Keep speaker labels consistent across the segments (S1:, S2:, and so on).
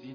S1: Si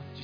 S1: Tu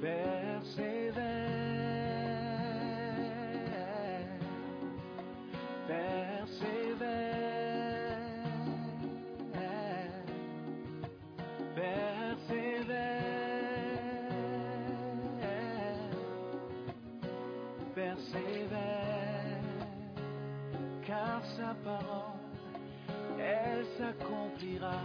S1: Persévère, persévère, persévère, persévère, car sa parole, elle s'accomplira.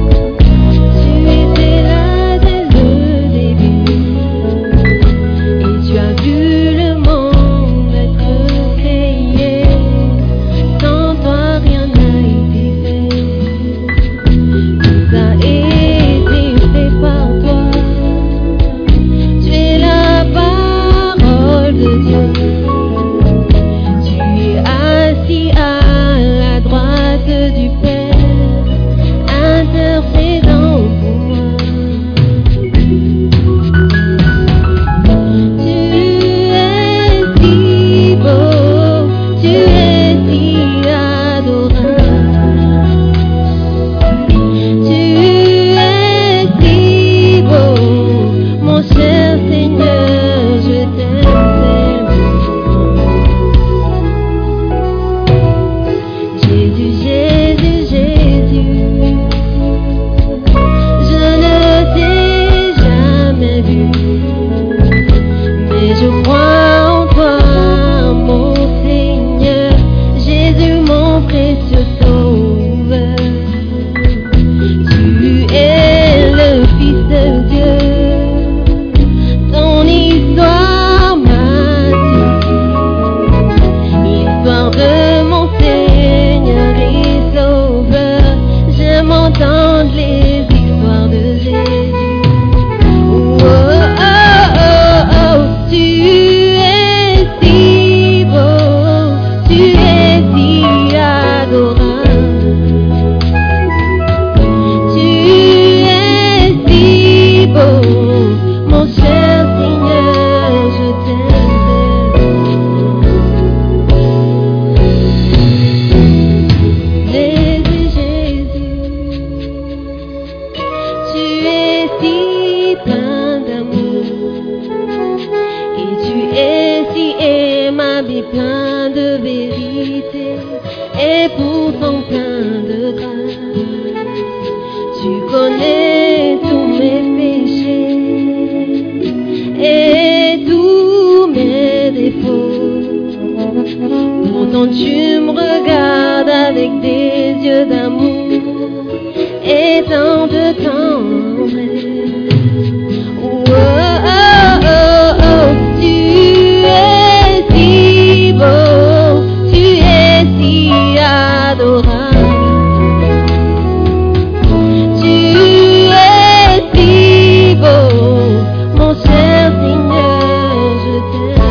S2: Tu étais là dès le début Et tu as vu le monde être créé Sans toi rien n'a été fait Tout a été fait par toi Tu es la parole de Dieu Tu es assis à la droite du Père Intercédant pour moi, tu es si beau, tu es si adorable, tu es si beau, mon cher Seigneur, je t'aime tellement. Jésus, Jésus, Jésus. Je ne t'ai jamais vu, mais je crois en toi, mon Seigneur, Jésus, mon précieux sauveur. Tu es le Fils de Dieu, ton histoire m'a L'histoire de mon Seigneur et Sauveur, je m'entends les histoires de Jésus. Oh, oh, oh, oh, tu es si beau, tu es si adorable. Tu es si beau, mon cher Seigneur, je t'aime. Jésus, Jésus, tu es si plein d'amour et tu es si aimable et plein de vérité et pourtant plein de grâce. Tu connais tous mes péchés et tous mes défauts. Pourtant tu me regardes avec des yeux d'amour et tant de tendresse. Oh, oh, oh, oh, tu es si beau, tu es si adorable. Tu es si beau, mon cher Seigneur, je t'aime.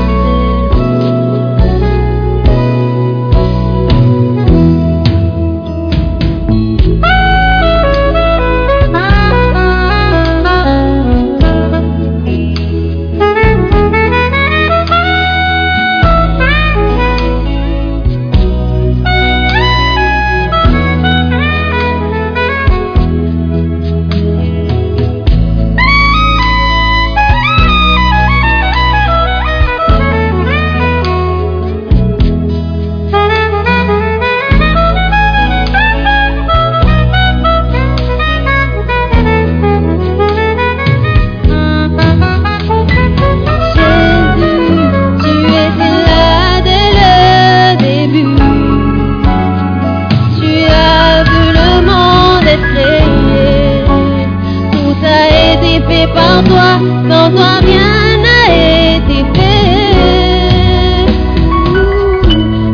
S2: Ah
S3: fait par toi, sans toi rien n'a été fait.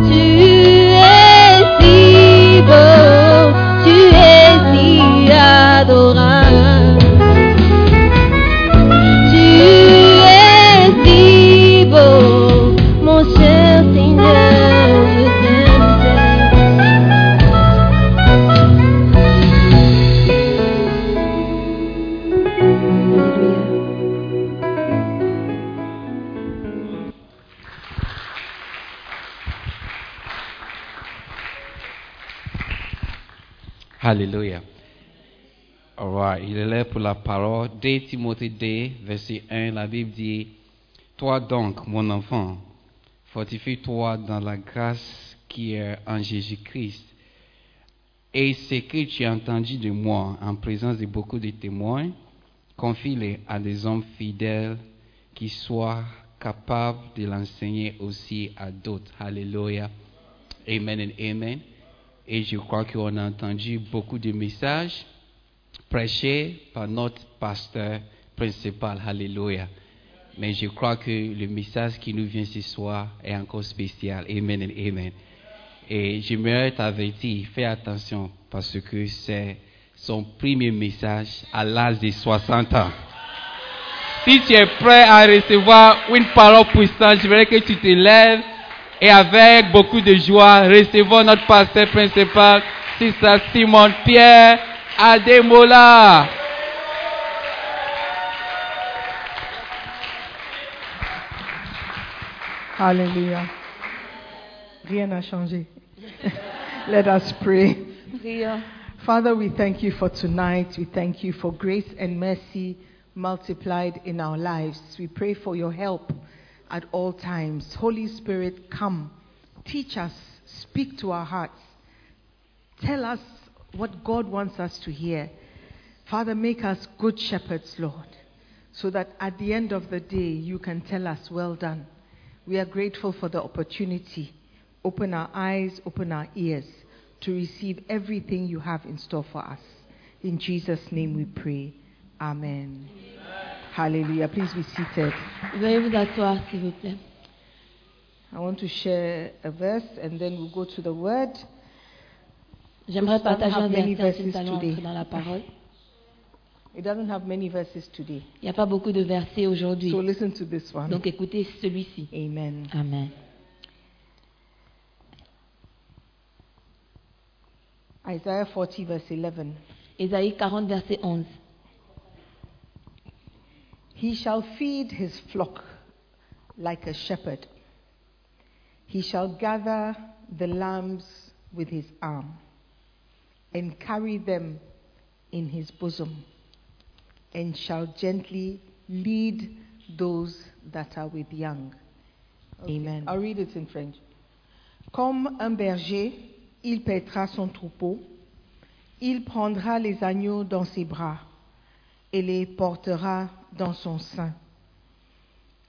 S3: Tu es si beau, tu es si adorable. Tu es si beau, mon cher Seigneur, je t'aime. Alléluia.
S4: Hallelujah. All right, il est là pour la parole. 2 Timothée 2, verset 1, la Bible dit Toi donc, mon enfant, fortifie-toi dans la grâce qui est en Jésus-Christ. Et ce que tu as entendu de moi en présence de beaucoup de témoins, confie-le à des hommes fidèles qui soient capables de l'enseigner aussi à d'autres. Hallelujah. Amen and amen. Et je crois qu'on a entendu beaucoup de messages prêchés par notre pasteur principal. Hallelujah. Mais je crois que le message qui nous vient ce soir est encore spécial. Amen and amen. Et j'aimerais t'avertir, fais attention parce que c'est son premier message à l'âge de 60 ans. Si tu es prêt à recevoir une parole puissante, je voudrais que tu te lèves et avec beaucoup de joie, recevons notre pasteur principal, Sister Simon Pierre Ademola.
S5: Hallelujah. Rien n'a changé. Let us pray. Father, we thank you for tonight. We thank you for grace and mercy multiplied in our lives. We pray for your help at all times. Holy Spirit, come. Teach us. Speak to our hearts. Tell us what God wants us to hear. Father, make us good shepherds, Lord, so that at the end of the day, you can tell us, Well done. We are grateful for the opportunity. Open our eyes, open our ears to receive everything you have in store for us. In Jesus' name we pray. Amen. Hallelujah. Please be seated.
S3: Veuillez vous asseoir, s'il vous plaît.
S5: I want to share a verse and then we'll go to the word.
S3: J'aimerais
S5: Don't have
S3: partager un
S5: many
S3: verset, ensuite
S5: verses
S3: allons
S5: today.
S3: entrer dans la parole.
S5: It doesn't have many verses today.
S3: Il n'y a pas beaucoup de versets aujourd'hui.
S5: So listen to this one.
S3: Donc écoutez celui-ci.
S5: Amen.
S3: Amen.
S5: Isaiah 40, verse 11.
S3: Ésaïe 40, verset 11.
S5: He shall feed his flock like a shepherd. He shall gather the lambs with his arm and carry them in his bosom and shall gently lead those that are with young. Amen. I'll read it in French. Comme un berger, il paîtra son troupeau. Il prendra les agneaux dans ses bras et les portera dans son sein.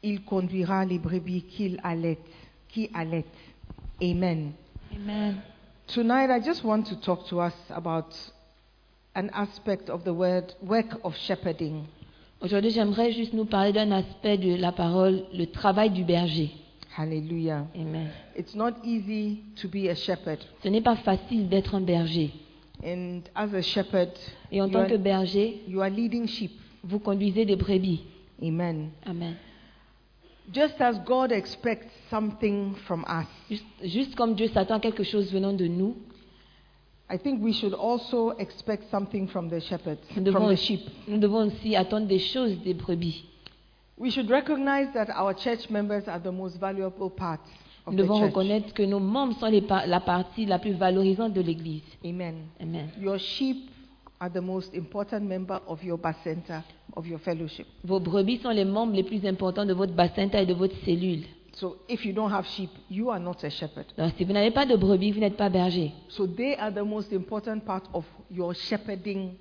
S5: Il conduira les brebis qu'il allait, qui allait. Amen.
S3: Amen.
S5: Tonight, I just want to talk to us about an aspect of the word work of shepherding.
S3: Aujourd'hui, j'aimerais juste nous parler d'un aspect de la parole, le travail du berger.
S5: Hallelujah.
S3: Amen.
S5: It's not easy to be a shepherd,
S3: Ce n'est pas facile d'être un berger.
S5: and as a shepherd,
S3: Et en
S5: you
S3: tant que
S5: are,
S3: berger,
S5: you are leading sheep.
S3: vous conduisez des brebis.
S5: Amen.
S3: Amen.
S5: Just as God expects something from us,
S3: Juste, juste comme Dieu s'attend à quelque chose venant de nous,
S5: I think we should also expect something from the shepherds,
S3: nous
S5: from
S3: devons,
S5: the sheep.
S3: nous devons aussi attendre des choses des brebis.
S5: We should recognize that our church members are the most valuable part
S3: Nous
S5: of the
S3: devons
S5: church.
S3: reconnaître que nos membres sont les par- la partie la plus valorisante de l'Église.
S5: Amen.
S3: Amen.
S5: Your sheep are the most important member of your center, of your fellowship.
S3: Vos brebis sont les membres les plus importants de votre bassin et de votre cellule.
S5: So if you don't have sheep, you are not a shepherd.
S3: Donc, si vous n'avez pas de brebis, vous n'êtes pas berger.
S5: So they are the most important part of your shepherding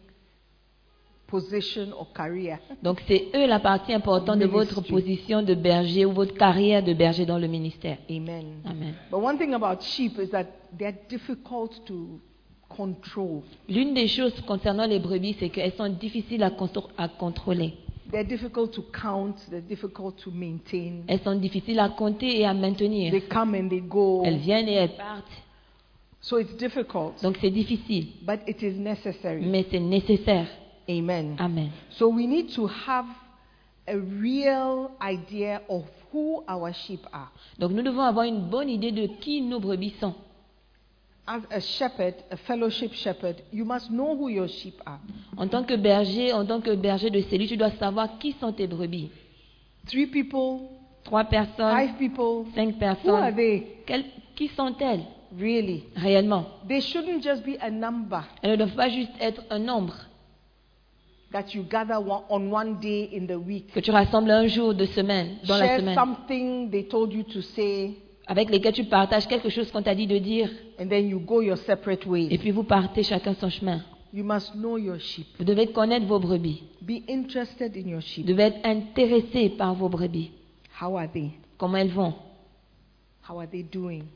S5: position or career.
S3: Donc, c'est eux la partie importante de votre
S5: Ministry.
S3: position de berger ou votre carrière de berger dans le ministère.
S5: Amen.
S3: Amen.
S5: But one thing about sheep is that they're difficult to control.
S3: L'une des choses concernant les brebis, c'est qu'elles sont difficiles à, contro- à contrôler.
S5: They're difficult to count, they're difficult to maintain.
S6: Elles sont difficiles à compter et à
S5: They
S6: maintenir.
S5: come and they
S6: Elles
S5: go.
S6: viennent et elles partent.
S5: So it's difficult,
S6: Donc c'est difficile,
S5: but it is necessary.
S6: mais c'est nécessaire.
S5: Amen.
S6: Amen.
S5: So we need to have a real idea of who our sheep are.
S6: Donc nous devons avoir une bonne idée de qui nos brebis sont.
S5: As a shepherd, a fellowship shepherd, you must know who your sheep are.
S6: En tant que berger, en tant que berger de cellule, tu dois savoir qui sont tes brebis.
S5: Three people,
S6: Trois personnes,
S5: five people,
S6: cinq
S5: who are
S6: personnes.
S5: they
S6: Quelles- qui sont-elles
S5: really?
S6: réellement
S5: They shouldn't just be a number
S6: Elles ne doivent pas juste être un nombre
S5: that you gather one, on one day in the week.
S6: que tu rassembles un jour de semaine, dans la
S5: Share
S6: semaine,
S5: something they told you to say,
S6: avec lesquels tu partages quelque chose qu'on t'a dit de dire,
S5: and then you go your separate
S6: et
S5: ways.
S6: puis vous partez chacun son chemin.
S5: You must know your sheep.
S6: Vous devez connaître vos brebis.
S5: Be interested in your
S6: Vous
S5: sheep.
S6: devez être intéressé par vos brebis.
S5: How are they?
S6: Comment elles vont
S5: How are they doing? What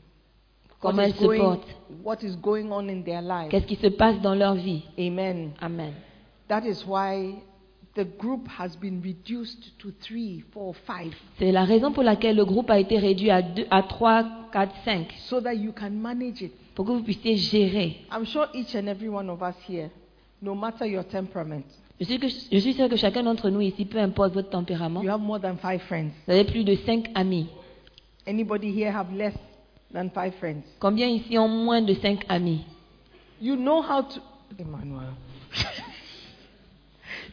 S6: Comment
S5: is
S6: elles se
S5: going-
S6: portent
S5: What is going on in their life?
S6: Qu'est-ce qui se passe dans leur vie
S5: Amen.
S6: Amen.
S5: That is why the group has been reduced to three, four, five,
S6: C'est la raison pour laquelle le groupe a été réduit à, deux, à 3, 4, 5,
S5: so that you can manage it.
S6: pour que vous puissiez gérer.
S5: I'm sure each and every one of us here, no matter your temperament,
S6: Je suis, que- je suis sûre que chacun d'entre nous ici, peu importe votre tempérament,
S5: you
S6: vous
S5: have more than five friends.
S6: avez plus de 5 amis.
S5: Anybody here have less than five friends?
S6: Combien ici ont moins de 5 amis
S5: You know how to, Emmanuel.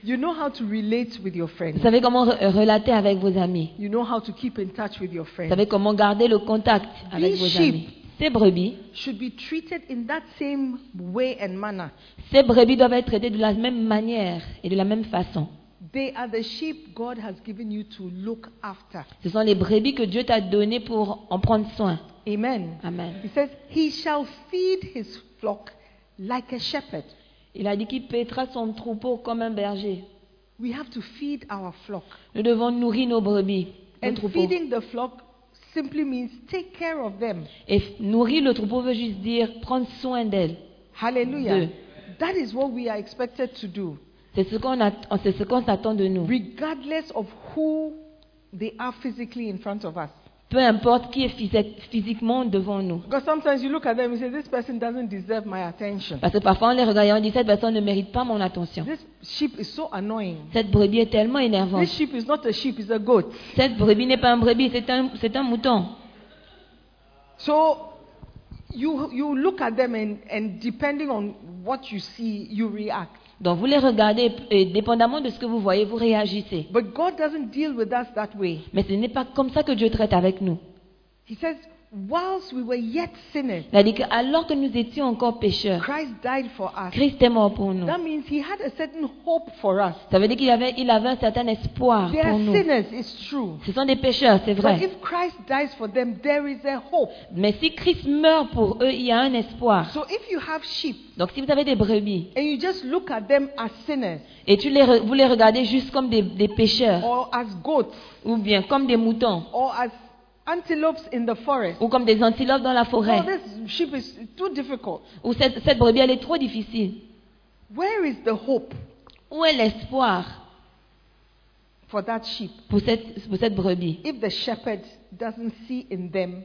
S5: you know how to relate with your
S6: Vous
S5: friends.
S6: savez comment re- euh, relater avec vos amis.
S5: You know how to keep in touch with your
S6: Vous
S5: friends.
S6: savez comment garder le contact avec
S5: These
S6: vos
S5: sheep.
S6: amis. Ces brebis,
S5: Should be treated in that same way and manner.
S6: ces brebis doivent être traitées de la même manière et de la même façon.
S5: They are the sheep God has given you to look after.
S6: Ce sont les brebis que Dieu t'a données pour en prendre soin.
S5: Amen.
S6: Amen.
S5: He says, He shall feed his flock like a shepherd.
S6: Il a dit qu'il paîtra son troupeau comme un berger.
S5: We have to feed our flock.
S6: Nous devons nourrir nos brebis, nos
S5: And
S6: troupeaux.
S5: feeding the flock simply means take care of them.
S6: Et f- nourrir le troupeau veut juste dire prendre soin d'elles.
S5: Hallelujah.
S6: Deux.
S5: That is what we are expected to do,
S6: C'est ce qu'on att- c'est ce qu'on s'attend de nous.
S5: regardless of who they are physically in front of us.
S6: Peu importe qui est physi- physiquement devant nous.
S5: Because sometimes you look at them and say, This person doesn't deserve my attention.
S6: Parce que parfois on les regarde et on dit cette personne ne mérite pas mon attention.
S5: This sheep is so annoying.
S6: Cette brebis est tellement énervante.
S5: This sheep is not a sheep, it's a goat.
S6: Cette brebis n'est pas un brebis, c'est un, c'est un mouton.
S5: So you, you look at them, and, and depending on what you see, you react.
S6: Donc vous les regardez et dépendamment de ce que vous voyez, vous réagissez.
S5: But God doesn't deal with us that way.
S6: Mais ce n'est pas comme ça que Dieu traite avec nous.
S5: He says, Whilst we were yet sinners,
S6: Il a dit que alors que nous étions encore pécheurs,
S5: Christ died for us.
S6: Christ est mort pour nous.
S5: That means He had a certain hope for us.
S6: Ça veut dire qu'il avait, il avait un certain espoir
S5: They are
S6: pour nous.
S5: sinners, it's true.
S6: Ce sont des pécheurs, c'est
S5: But
S6: vrai.
S5: if Christ dies for them, there is a hope.
S6: Mais si Christ meurt pour eux, il y a un espoir.
S5: So if you have sheep
S6: Donc si vous avez des brebis
S5: and you just look at them as sinners
S6: et tu les, re- vous les regardez juste comme des, des pécheurs,
S5: or as goats
S6: ou bien comme des moutons,
S5: or as antelopes in the forest,
S6: ou comme des antilopes dans la
S5: oh,
S6: forêt,
S5: this sheep is too difficult.
S6: ou cette, cette brebis, elle est trop difficile.
S5: Where is the hope
S6: Où est l'espoir
S5: for that sheep
S6: pour cette, pour cette brebis
S5: if the shepherd doesn't see in them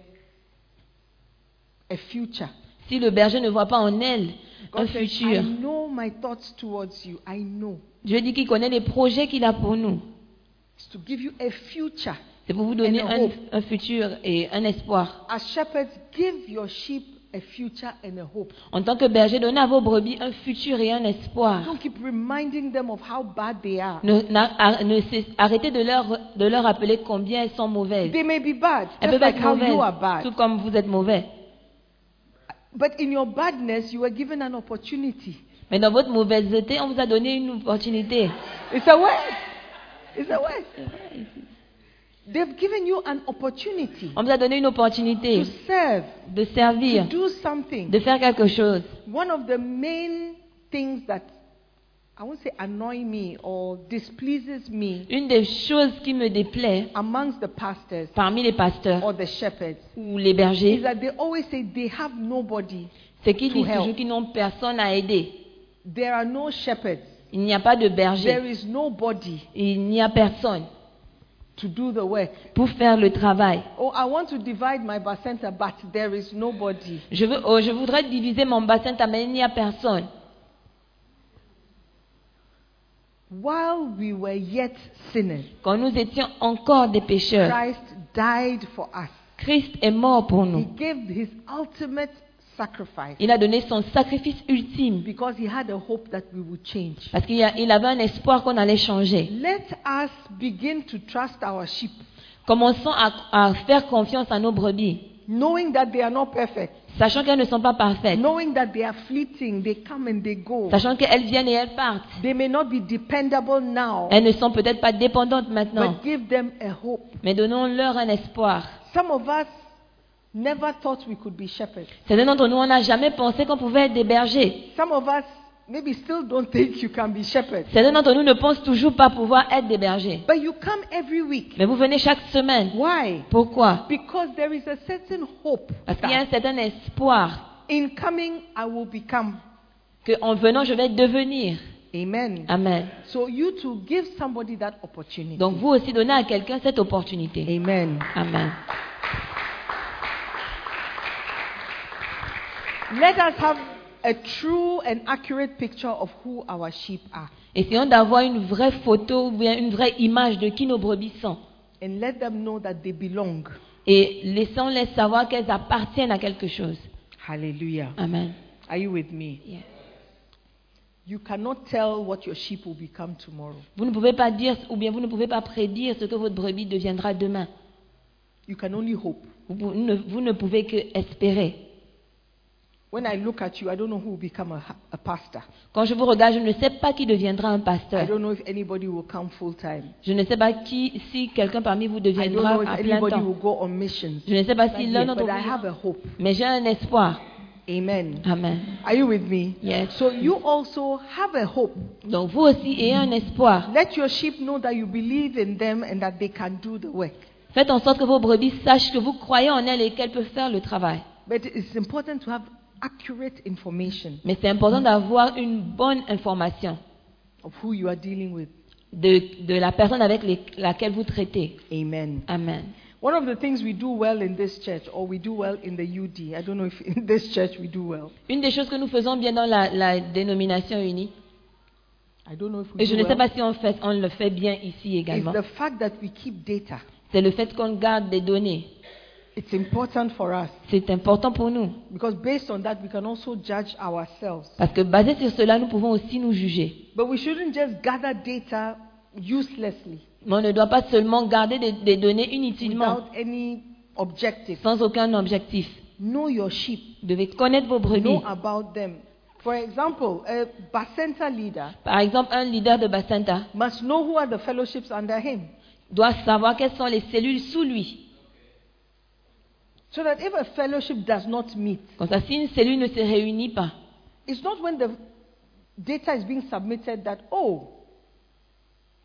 S5: a future?
S6: Si le berger ne voit pas en elle un
S5: God says, I
S6: futur,
S5: know my thoughts towards you. I know.
S6: Dieu dit qu'il connaît les projets qu'il a pour nous.
S5: It's to give you a future.
S6: C'est pour vous donner
S5: And a
S6: un,
S5: hope.
S6: un futur et un espoir.
S5: As shepherds, give your sheep a future and a hope.
S6: En tant que berger, donnez à vos brebis un futur et un espoir.
S5: Don't keep reminding them of how bad they are.
S6: Ne- n'a- ar- ne cesse- arrêtez de leur, de leur rappeler combien elles sont mauvaises.
S5: They may be bad,
S6: Elles
S5: just
S6: peuvent
S5: like
S6: être
S5: how you are
S6: mauvaises, tout
S5: bad.
S6: comme vous êtes mauvais.
S5: But in your badness, you were given an opportunity.
S6: Mais dans votre mauvaiseté, on vous a donné une opportunité.
S5: It's a word. It's a word. They've given you an opportunity
S6: On vous a donné une opportunité
S5: to serve,
S6: de
S5: to
S6: servir,
S5: do something.
S6: de faire quelque chose.
S5: One of the main things that I won't say annoy me or displeases me
S6: Une des choses qui me déplaît
S5: amongst the pastors
S6: parmi les pasteurs
S5: or the shepherds
S6: ou les
S5: is
S6: bergers,
S5: that they always say they have nobody.
S6: c'est qu'ils
S5: To
S6: disent
S5: help.
S6: toujours qu'ils n'ont personne à aider.
S5: There are no shepherds.
S6: Il n'y a pas de
S5: There
S6: berger.
S5: is nobody
S6: Il n'y a personne
S5: to do the work.
S6: pour faire le travail.
S5: Oh, I want to divide my basenta, but there is nobody.
S6: Je, veux, oh, je voudrais diviser mon bassin, mais il n'y a personne.
S5: While we were yet sinners,
S6: Quand nous étions encore des pécheurs,
S5: Christ died for us.
S6: Christ est mort pour
S5: He
S6: nous.
S5: gave his ultimate sacrifice
S6: Il a donné son sacrifice ultime
S5: because he had a hope that we would change.
S6: parce qu'il a- il avait un espoir qu'on allait changer.
S5: Let us begin to trust our sheep,
S6: Commençons à, à faire confiance à nos brebis,
S5: knowing that they are not perfect,
S6: sachant qu'elles ne sont pas parfaites,
S5: knowing that they are fleeting, they come and they go.
S6: sachant qu'elles viennent et elles partent.
S5: They may not be dependable now,
S6: Elles ne sont peut-être pas dépendantes maintenant,
S5: but give them a hope.
S6: mais donnons-leur un espoir.
S5: Some of us never thought we could be shepherds.
S6: Certains d'entre nous, on n'a jamais pensé qu'on pouvait être des bergers.
S5: Some of us maybe still don't think you can be shepherds.
S6: Certains d'entre nous ne pensent toujours pas pouvoir être des bergers.
S5: But you come every week.
S6: Mais vous venez chaque semaine.
S5: Why?
S6: Pourquoi
S5: Because there is a certain hope
S6: Parce qu'il y
S5: that
S6: a un certain espoir
S5: in coming I will become.
S6: qu'en venant, je vais devenir.
S5: Amen.
S6: Amen.
S5: So you to give somebody that opportunity.
S6: Donc vous aussi donnez à quelqu'un cette opportunité.
S5: Amen.
S6: Amen.
S5: Let us have a true and accurate picture of who our sheep are.
S6: Essayons d'avoir une vraie photo ou bien une vraie image de qui nos brebis sont.
S5: And let them know that they belong.
S6: Et laissons-les savoir qu'elles appartiennent à quelque chose.
S5: Hallelujah.
S6: Amen.
S5: Are you with me?
S6: Yeah.
S5: You cannot tell what your sheep will become tomorrow.
S6: Vous ne pouvez pas dire ou bien vous ne pouvez pas prédire ce que votre brebis deviendra demain.
S5: You can only hope.
S6: Vous, pou- ne, vous ne pouvez que espérer.
S5: When I look at you, I don't know who will become a, ha- a pastor.
S6: Quand je vous regarde, je ne sais pas qui deviendra un
S5: I
S6: pasteur.
S5: don't know if anybody will come full time.
S6: Je ne sais pas qui, si quelqu'un parmi vous
S5: I don't know
S6: deviendra
S5: if
S6: à plein
S5: anybody will
S6: temps.
S5: go on missions.
S6: Je ne sais pas si l'un d'entre
S5: But I have
S6: vous.
S5: a hope.
S6: Mais j'ai un espoir.
S5: Amen.
S6: Amen.
S5: Are you with me?
S6: Yes.
S5: So you also have a hope.
S6: Donc vous aussi ayez un espoir.
S5: Let your sheep know that you believe in them and that they can do the work.
S6: Faites en sorte que vos brebis sachent que vous croyez en elles et qu'elles peuvent faire le travail.
S5: But it's important to have accurate information
S6: Mais c'est important d'avoir une bonne information
S5: of who you are dealing with.
S6: de, de la personne avec les- laquelle vous traitez.
S5: Amen.
S6: Amen.
S5: One of the things we do well in this church, or we do well in the UD, I don't know if in this church we do well.
S6: Une des choses que nous faisons bien dans la, la dénomination unie,
S5: I don't know if we
S6: et je ne
S5: do
S6: sais
S5: well,
S6: pas si on, fait- on le fait bien ici
S5: is
S6: également,
S5: the fact that we keep data.
S6: c'est le fait qu'on garde des données.
S5: It's important for us
S6: C'est important pour nous,
S5: because based on that, we can also judge ourselves.
S6: parce que basé sur cela, nous pouvons aussi nous juger.
S5: But we shouldn't just gather data uselessly
S6: Mais on ne doit pas seulement garder des, des données inutilement,
S5: without any objective.
S6: sans aucun objectif.
S5: Know your sheep,
S6: Vous devez connaître vos brebis.
S5: know about them. For example, a Bacenta leader
S6: Par exemple, un leader de Bacenta
S5: must know who are the fellowships under him.
S6: doit savoir quelles sont les cellules sous lui.
S5: So that if a fellowship does not meet,
S6: Comme ça, si une cellule ne se réunit pas,
S5: it's not when the data is being submitted that, oh,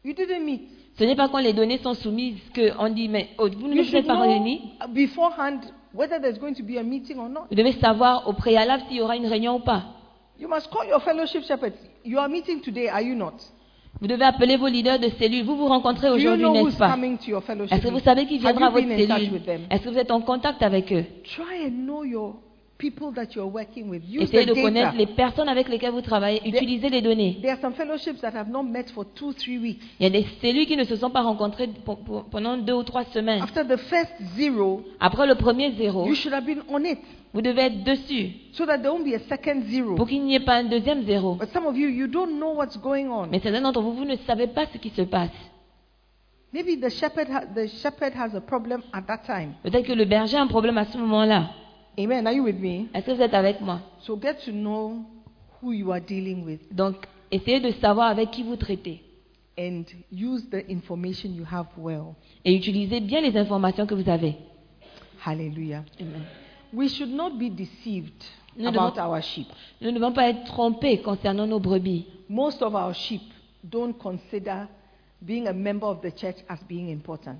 S5: you didn't meet.
S6: ce n'est pas quand les données sont soumises qu'on dit, mais oh, vous ne
S5: You
S6: vous
S5: should
S6: êtes pas réunis,
S5: know beforehand whether there's going to be a meeting or not.
S6: Vous devez savoir au préalable s'il y aura une réunion ou pas.
S5: You must call your fellowship shepherds. You are meeting today, are you not?
S6: Vous devez appeler vos leaders de cellule. Vous vous rencontrez
S5: Do you
S6: aujourd'hui,
S5: know
S6: n'est-ce
S5: who's
S6: pas
S5: coming to your fellowship?
S6: Est-ce que vous
S5: meeting?
S6: savez qui viendra à
S5: Have you
S6: votre
S5: been in touch
S6: cellule
S5: with them?
S6: Est-ce que vous êtes en contact avec eux
S5: Try and know your people that you're working with. Use
S6: Essayez
S5: the
S6: de
S5: data.
S6: connaître les personnes avec lesquelles vous travaillez. Utilisez les données.
S5: There are some fellowships that have not met for two, three weeks.
S6: Il y a des cellules qui ne se sont pas rencontrées pour- pour- pendant deux ou trois semaines.
S5: After the first zero,
S6: Après le premier zéro,
S5: you should have been on it
S6: vous devez être dessus
S5: so that there won't be a second zero.
S6: pour qu'il n'y ait pas un deuxième zéro.
S5: But some of you, you don't know what's going on.
S6: Mais certains d'entre vous, vous ne savez pas ce qui se passe.
S5: Maybe the shepherd, ha- the shepherd has a problem at that time.
S6: Peut-être que le berger a un problème à ce moment-là.
S5: Amen. Are you with me?
S6: Est-ce que vous êtes avec moi
S5: So get to know who you are dealing with
S6: Donc, essayez de savoir avec qui vous traitez
S5: and use the information you have well.
S6: et utilisez bien les informations que vous avez.
S5: Hallelujah.
S6: Amen.
S5: We should not be deceived
S6: Nous
S5: about
S6: devons-
S5: our sheep.
S6: Nous ne devons pas être trompés concernant nos brebis.
S5: Most of our sheep don't consider being a member of the church as being important.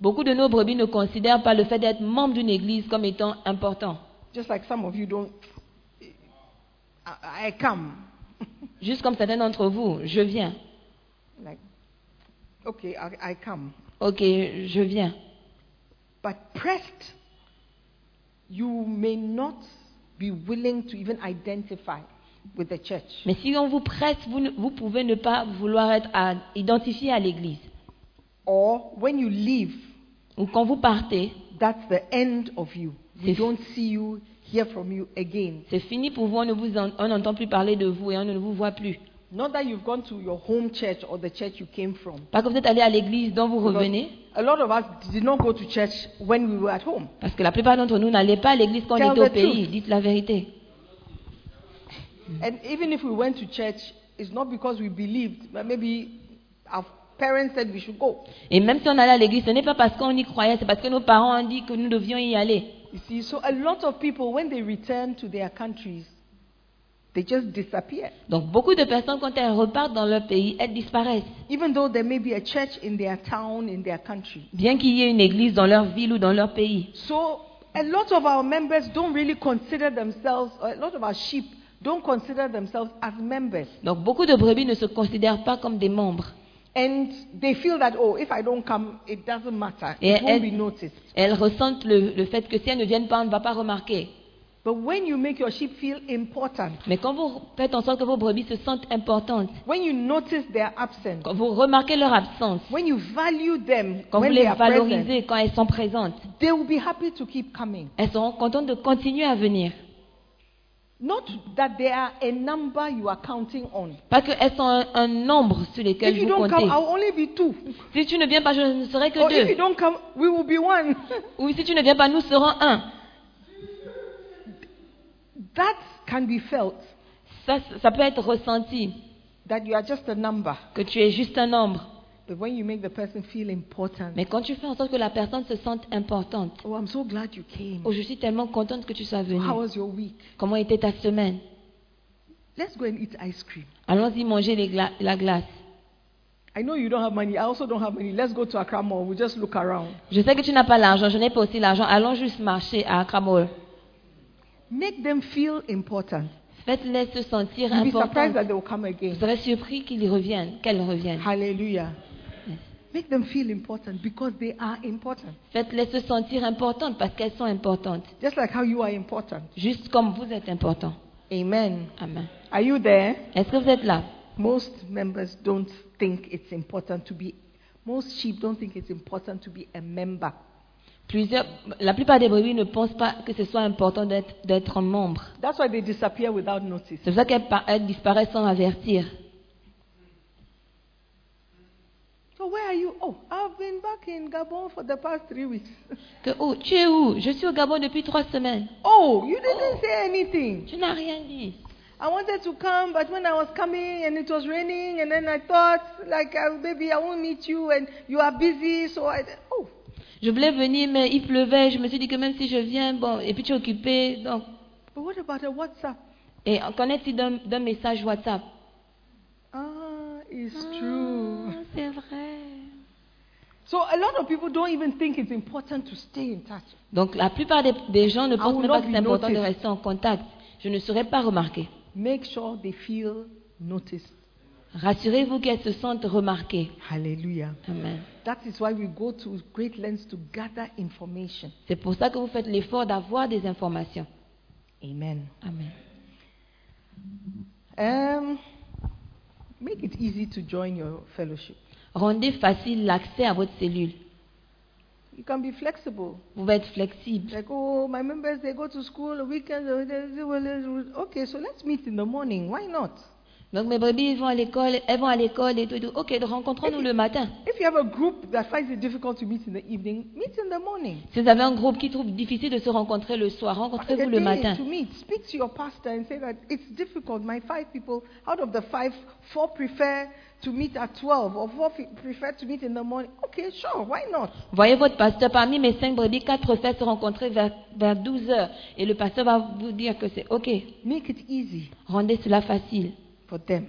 S6: Beaucoup de nos brebis ne considèrent pas le fait d'être membre d'une église comme étant important.
S5: Just like some of you don't. I, I come.
S6: Juste comme certains d'entre vous, je viens.
S5: Like, okay, I, I come.
S6: Ok, je viens.
S5: But pressed, you may not be willing to even identify with the church.
S6: Mais si on vous presse, vous, ne- vous pouvez ne pas vouloir être à- identifié à l'église.
S5: Or when you leave,
S6: Ou quand vous partez,
S5: that's the end of you. We
S6: Yes.
S5: don't see you, hear from you again.
S6: c'est fini pour vous, on ne vous en- on n'entend plus parler de vous et on ne vous voit plus.
S5: Not that you've gone to your home church or the church you came from.
S6: Pas que vous êtes allé à l'église dont vous
S5: Because
S6: revenez,
S5: A lot of us did not go to church when we were at home.
S6: parce que la plupart d'entre nous n'allaient pas à l'église quand on
S5: Tell
S6: était au
S5: the
S6: pays.
S5: truth.
S6: Dites la vérité.
S5: And even if we went to church, it's not because we believed, but maybe our parents said we should go.
S6: Et même si on allait à l'église, ce n'est pas parce qu'on y croyait, c'est parce que nos parents ont dit que nous devions y aller.
S5: You see, so a lot of people, when they return to their countries, they just disappear.
S6: Donc beaucoup de personnes, quand elles repartent dans leur pays, elles disparaissent.
S5: Even though there may be a church in their town, in their country.
S6: Bien qu'il y ait une église dans leur ville ou dans leur pays.
S5: So a lot of our members don't really consider themselves, or a lot of our sheep don't consider themselves as members.
S6: Donc beaucoup de brebis ne se considèrent pas comme des membres.
S5: And they feel that, oh, if I don't come, it doesn't matter.
S6: Yeah,
S5: It won't be
S6: and-
S5: noticed.
S6: Elles ressentent le, le fait que si elles ne viennent pas, on ne va pas remarquer.
S5: But when you make your sheep feel important,
S6: Mais quand vous faites en sorte que vos brebis se sentent importantes,
S5: when you notice their absence,
S6: quand vous remarquez leur absence,
S5: when you value them,
S6: quand
S5: when
S6: vous
S5: they
S6: les
S5: are present,
S6: valorisez, quand elles sont présentes,
S5: they will be happy to keep coming.
S6: elles seront contentes de continuer à venir.
S5: Not that they are a number you are counting on.
S6: Pas qu'elles sont un, un nombre sur
S5: If
S6: lesquels
S5: you
S6: vous
S5: don't come,
S6: comptez.
S5: I'll only be two.
S6: Si tu ne viens pas, je ne serai
S5: Or
S6: que
S5: if you
S6: deux.
S5: don't come, we will be one.
S6: Ou si tu ne viens pas, nous serons un.
S5: that can be felt
S6: Ça, ça peut être ressenti
S5: that you are just a number.
S6: que tu es juste un nombre.
S5: But when you make the person feel important,
S6: Mais quand tu fais en sorte que la personne se sente importante,
S5: oh, I'm so glad you came.
S6: oh, je suis tellement contente que tu sois venue.
S5: How was your week?
S6: Comment était ta semaine
S5: Let's go and eat ice cream.
S6: Allons-y manger les gla- la glace.
S5: I know you don't have money. I also don't have money. Let's go to Accra Mall. We'll just look around.
S6: Je sais que tu n'as pas l'argent, je n'ai pas aussi l'argent. Allons juste marcher à Accra Mall.
S5: Make them feel important.
S6: Faites-les se sentir
S5: You'll be surprised that
S6: importantes.
S5: they will come
S6: Vous
S5: again.
S6: serez surpris qu'ils reviennent, qu'elles reviennent.
S5: Ah. Hallelujah. Make them feel important because they are important.
S6: Faites-les se sentir importantes parce qu'elles sont importantes.
S5: Just like how you are important.
S6: Juste comme vous êtes important.
S5: Amen.
S6: Amen.
S5: Are you there?
S6: Est-ce que vous êtes là
S5: Most members don't think it's important to be, most sheep don't think it's important to be a member.
S6: Plusieurs, La plupart des brebis ne pensent pas que ce soit important d'être- d'être un membre.
S5: That's why they disappear without notice.
S6: C'est pour ça qu'elles par- elles disparaissent sans avertir.
S5: So where are you? Oh, I've been back in Gabon for the past three weeks.
S6: Que, oh, tu es où Je suis au Gabon depuis trois semaines.
S5: Oh, you didn't say anything.
S6: Tu n'as rien dit.
S5: I wanted to come, but when I was coming and it was raining, and then I thought, like, uh, maybe I won't meet you, and you are busy, so I, oh,
S6: Je voulais venir, mais il pleuvait. Je me suis dit que même si je viens, bon, et puis tu es occupé. Donc,
S5: but what about a WhatsApp?
S6: et qu'en est-il d'un d'un message WhatsApp
S5: Ah, it's true.
S6: Ah, C'est vrai.
S5: So a lot of people don't even think it's important to stay in touch.
S6: Donc, la plupart des, des gens ne
S5: I will
S6: pensent même
S5: not
S6: pas
S5: be
S6: que c'est important de
S5: noticed.
S6: rester en contact. Je ne serai pas remarquée.
S5: Make sure they feel noticed.
S6: Rassurez-vous qu'elles se sentent remarquées.
S5: Hallelujah.
S6: Amen.
S5: That is why we go to great lengths to gather information.
S6: C'est pour ça que vous faites l'effort d'avoir des informations.
S5: Amen.
S6: Amen.
S5: Um, make it easy to join your fellowship.
S6: Rendez facile l'accès à votre cellule.
S5: You can be flexible.
S6: Vous pouvez être flexible.
S5: Like, oh, my members, they go to school on weekends. oh, they- they will- Okay, so let's meet in the morning. Why not?
S6: Donc mes brebis elles vont à l'école, elles vont à l'école et tout, tout. Ok, donc rencontrons-nous le matin.
S5: If you have a group that finds it difficult to meet in the evening, meet in the morning.
S6: Si vous avez un groupe qui trouve difficile de se rencontrer le soir,
S5: A
S6: rencontrez-vous le
S5: day
S6: matin.
S5: To meet, speak to your pastor and say that it's difficult. My five people, out of the five, four prefer to meet at 12 or four fe- prefer to meet in the morning. Okay, sure, why not?
S6: Voyez votre pasteur, parmi mes cinq brebis, quatre préfèrent se rencontrer vers, vers 12 heures. Et le pasteur va vous dire que c'est ok.
S5: Make it easy
S6: Rendez cela facile.
S5: for them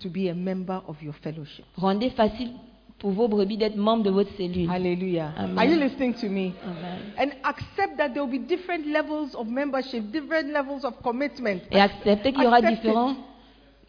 S5: to be a member of your fellowship.
S6: Rendez facile pour vos brebis d'être membres de votre cellule.
S5: Hallelujah.
S6: Amen.
S5: Are you listening to me?
S6: Amen.
S5: And accept that there will be different levels of membership, different levels of commitment.
S6: Et acceptez qu'il y aura
S5: Accept it.
S6: différents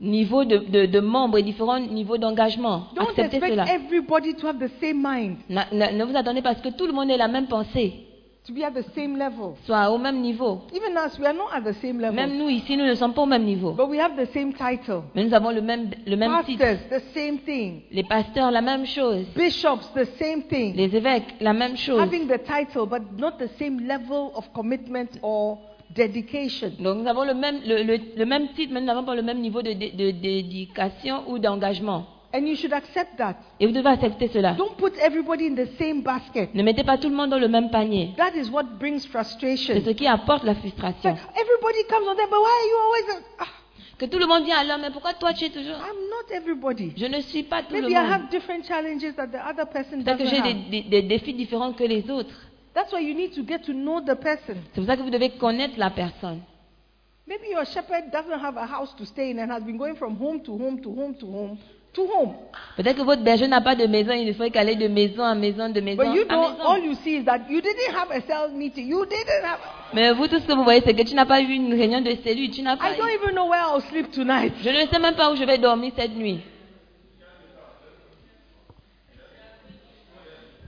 S6: niveaux de, de- de membres et différents niveaux d'engagement.
S5: Don't
S6: Acceptez
S5: expect
S6: cela.
S5: everybody to have the same mind,
S6: Na- na- ne vous attendez pas à ce que tout le monde ait la même pensée,
S5: to be at the same level.
S6: soit au même niveau.
S5: Even us, we are not at the same level,
S6: Même nous ici, nous ne sommes pas au même niveau.
S5: but we have the same title.
S6: Mais nous avons le même, le même titre.
S5: Pastors, the same thing.
S6: Les pasteurs, la même chose.
S5: Bishops, the same thing.
S6: Les évêques, la même chose.
S5: Having the title, but not the same level of commitment or dedication.
S6: Donc nous avons le même, le, le- le même titre, mais nous n'avons pas le même niveau de, dé- de dédication ou d'engagement.
S5: And you should accept that.
S6: Et vous devez accepter cela.
S5: Don't put everybody in the same basket.
S6: Ne mettez pas tout le monde dans le même panier.
S5: That is what brings
S6: C'est
S5: frustration.
S6: ce qui apporte la
S5: It's like,
S6: frustration.
S5: everybody comes on there, but why are you always? Ah,
S6: Que tout le monde vient alors, mais pourquoi toi tu es toujours...
S5: I'm not everybody.
S6: Je ne suis pas tout le
S5: Maybe I
S6: monde.
S5: have different challenges that the other person
S6: C'est que
S5: doesn't
S6: j'ai des,
S5: have.
S6: des- des défis différents que les autres.
S5: That's why you need to get to know the person.
S6: C'est pour ça que vous devez connaître la personne.
S5: Maybe your shepherd doesn't have a house to stay in and has been going from home to home to home to home to home.
S6: Peut-être que votre berger n'a pas de maison, il ne fait qu'aller de maison en maison, de maison
S5: But you
S6: en
S5: know, all
S6: maison.
S5: you see is that you didn't have a cell meeting. You didn't have.
S6: Mais vous, tout ce que vous voyez, c'est que tu n'as pas eu une réunion de cellule, tu n'as pas
S5: I don't
S6: eu...
S5: even know where I'll sleep tonight.
S6: Je ne sais même pas où je vais dormir cette nuit.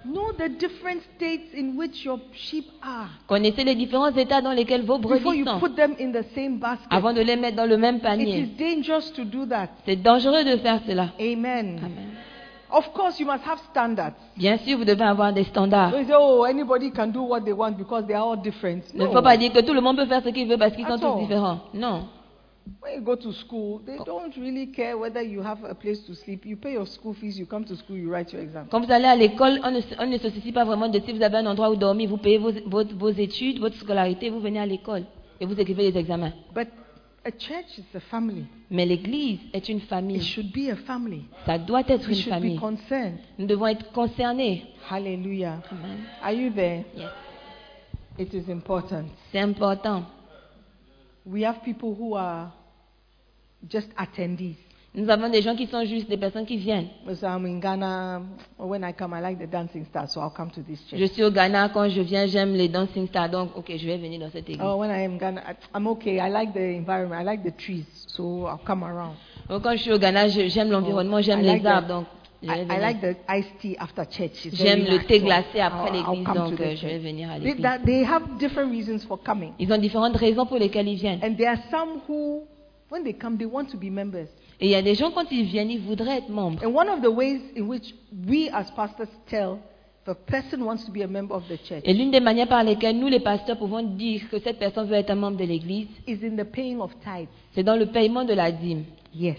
S5: Know the different states in which your sheep are
S6: Connaissez les différents états dans lesquels vos
S5: before
S6: brebis
S5: you
S6: sont
S5: put them in the same
S6: avant
S5: basket.
S6: de les mettre dans le même
S5: It
S6: panier.
S5: is dangerous to do that.
S6: C'est dangereux de faire cela.
S5: Amen.
S6: Amen.
S5: Of course, you must have standards.
S6: Bien sûr, vous devez avoir des standards.
S5: Don't say, oh, anybody can do what they want because they are all different.
S6: Il ne
S5: No.
S6: faut pas dire que tout le monde peut faire ce qu'il veut parce qu'ils sont
S5: Attends.
S6: tous différents. Non.
S5: When you go to school, they don't really care whether you have a place to sleep. You pay your school fees, you come to school, you write your exam.
S6: Quand vous allez à l'école, on ne, se- on ne se soucie pas vraiment de si vous avez un endroit où dormir. Vous payez vos, vos- vos études, votre scolarité, vous venez à l'école et vous écrivez les examens.
S5: But a church is a family.
S6: Mais l'Église est une
S5: It
S6: famille.
S5: should be a family.
S6: Ça doit être
S5: We
S6: une
S5: Mm. should be
S6: famille.
S5: concerned.
S6: Nous devons être concernés.
S5: Hallelujah.
S6: Amen.
S5: Are you there?
S6: Yes.
S5: It is important.
S6: C'est important.
S5: We have people who are just attendees.
S6: Nous avons des gens qui sont juste des personnes qui viennent.
S5: So I'm in Ghana. When I come, I like the dancing star, so I'll come to this
S6: Je
S5: church.
S6: suis au Ghana, quand je viens, j'aime les dancing stars, donc ok, je vais venir dans cette église.
S5: Oh, when I am in Ghana, I- I'm okay. I like the environment. I like the trees, so I'll come around.
S6: Donc, quand je suis au Ghana, je- j'aime l'environnement, j'aime
S5: Oh, I
S6: les
S5: like
S6: arbres,
S5: the-
S6: donc je
S5: I,
S6: vais
S5: I
S6: venir.
S5: like the iced tea after church. It's
S6: J'aime
S5: very
S6: le
S5: nice.
S6: thé
S5: So
S6: glacé après
S5: I'll- I'll
S6: l'église,
S5: come to
S6: donc,
S5: this
S6: euh, je vais
S5: church.
S6: venir à
S5: They-
S6: l'église.
S5: that- They have different reasons for coming.
S6: Ils ont différentes raisons pour lesquelles ils viennent.
S5: And there are some who, when they come, they want to be members.
S6: Et il y a des gens, quand ils viennent, ils voudraient être membres.
S5: And one of the ways in which we as pastors tell if a person wants to be a member of the church
S6: Et l'une des manières par lesquelles nous, les pasteurs, pouvons dire que cette personne veut être un membre de l'église,
S5: is in the paying of tithes.
S6: c'est dans le paiement de la dîme.
S5: Yes.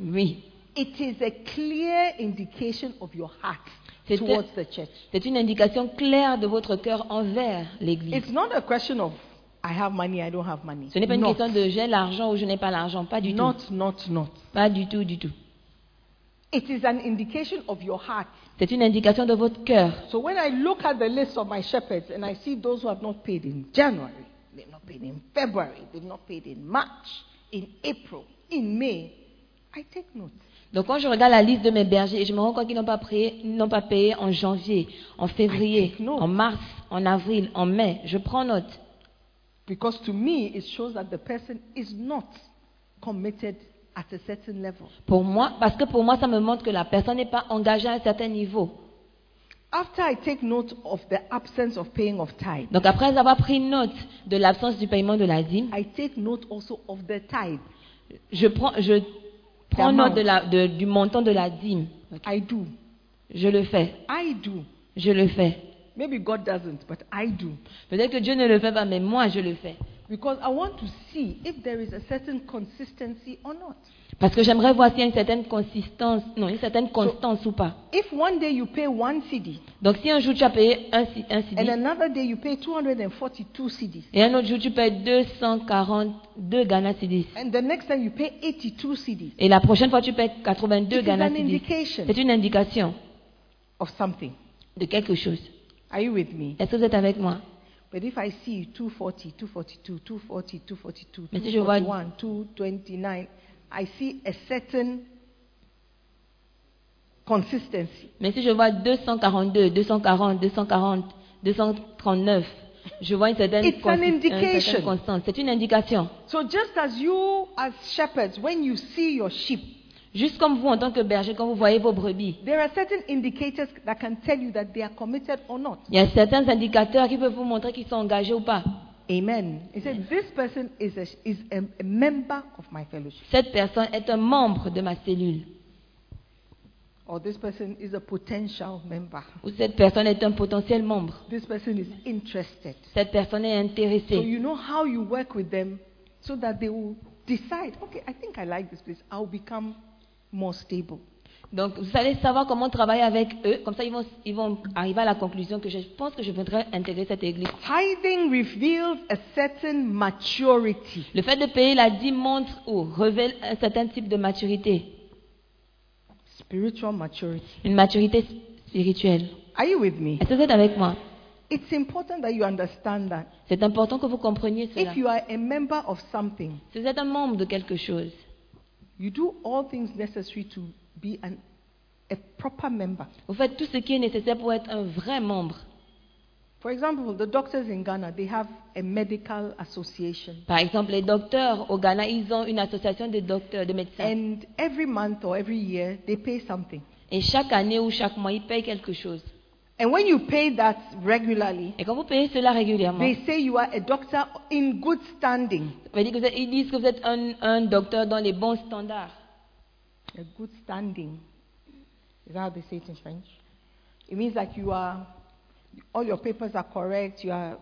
S6: Oui.
S5: It is a clear indication of your heart
S6: C'est-
S5: towards the church.
S6: C'est une indication claire de votre cœur envers l'église.
S5: It's not a question of I have money, I don't have money.
S6: Ce n'est pas une
S5: Not,
S6: question de j'ai l'argent ou je n'ai pas l'argent. Pas du tout.
S5: not, not, not.
S6: Pas du tout, du tout.
S5: It is an indication of your heart.
S6: C'est une indication de votre cœur.
S5: So when I look at the list of my shepherds and I see those who have not paid in January, they've not paid in February, they've not paid in March, in April, in May, I take note.
S6: Donc quand je regarde la liste de mes bergers, je me rends compte qu'ils n'ont pas, prié- ils n'ont pas payé en janvier, en février,
S5: note.
S6: en mars, en avril, en mai. Je prends note.
S5: Because to me, it shows that the person is not committed at a certain level.
S6: Pour moi, parce que pour moi, ça me montre que la personne n'est pas engagée à un certain niveau.
S5: After I take note of the absence of paying of tithe,
S6: Donc après avoir pris note de l'absence du paiement de la dîme,
S5: I take note also of the tithe.
S6: je prends, je prends
S5: D'amount.
S6: note de la- de- du montant de la dîme.
S5: I do.
S6: Je le fais,
S5: I do.
S6: je le fais.
S5: Maybe God doesn't, but I do.
S6: Peut-être que Dieu ne le fait pas, mais moi, je le fais.
S5: Because I want to see if there is a certain consistency or not.
S6: Parce que j'aimerais voir s'il y a une certaine consistance, non, une certaine constance ou pas.
S5: If one day you pay one CD
S6: Donc si un jour tu as payé un, C- un CD,
S5: and another day you pay 242 CDs
S6: Et un autre jour, tu payes 242 Ghana Cedis.
S5: and the next time you pay 82 CDs,
S6: Et la prochaine fois, tu payes
S5: It
S6: 82
S5: is
S6: Ghana
S5: an
S6: Cedis.
S5: indication.
S6: C'est une indication
S5: of something.
S6: de quelque chose.
S5: Are you with me?
S6: Est-ce que vous êtes avec moi
S5: But if I see 240, 242, 240, 242,
S6: Mais si je vois-
S5: 241, 229, I see a certain consistency.
S6: Mais si je vois 242, 240, 240, 239, je vois une certaine,
S5: It's an
S6: consi- euh, une certaine
S5: indication.
S6: constance. C'est une indication.
S5: So just as you, as shepherds, when you see your sheep,
S6: Juste comme vous, en tant que berger, quand vous voyez vos brebis,
S5: there are certain indicators that can tell you that they are committed or not.
S6: il y a certains indicateurs qui peuvent vous montrer qu'ils sont engagés ou pas.
S5: Amen. He said, This person is a, is a, a member of my fellowship,
S6: Cette personne est un membre de ma cellule,
S5: or this person is a potential member.
S6: ou cette personne est un potentiel membre,
S5: This person is interested.
S6: cette personne est
S5: So
S6: intéressée.
S5: you know how you work with them so that they will decide, okay, I think I like this place. I'll become more stable.
S6: Donc, vous allez savoir comment travailler avec eux. Comme ça, ils vont, ils vont arriver à la conclusion que je pense que je voudrais intégrer cette église.
S5: Tithing reveals a certain maturity.
S6: Le fait de payer la dîme montre ou révèle un certain type de maturité,
S5: Spiritual maturity.
S6: une maturité spirituelle.
S5: Are you with me?
S6: Est-ce que vous êtes avec moi
S5: It's important that you understand that.
S6: C'est important que vous compreniez cela.
S5: If you are a member of something,
S6: Si vous êtes un membre de quelque chose,
S5: you do all things necessary to be an, a proper member.
S6: vous faites tout ce qui est nécessaire pour être un vrai membre.
S5: For example, the doctors in Ghana, they have a medical association.
S6: Par exemple, les docteurs au Ghana, ils ont une association de docteurs, de médecins.
S5: And every month or every year, they pay something.
S6: Et chaque année ou chaque mois, ils payent quelque chose.
S5: And when you pay that regularly,
S6: Et quand vous payez cela régulièrement,
S5: they say you are a doctor in good standing.
S6: Ça veut dire que vous êtes- ils disent que vous êtes un, un docteur dans les bons standards.
S5: A good standing. Is that how they say it in French? It means like you are, all your papers are correct. You are,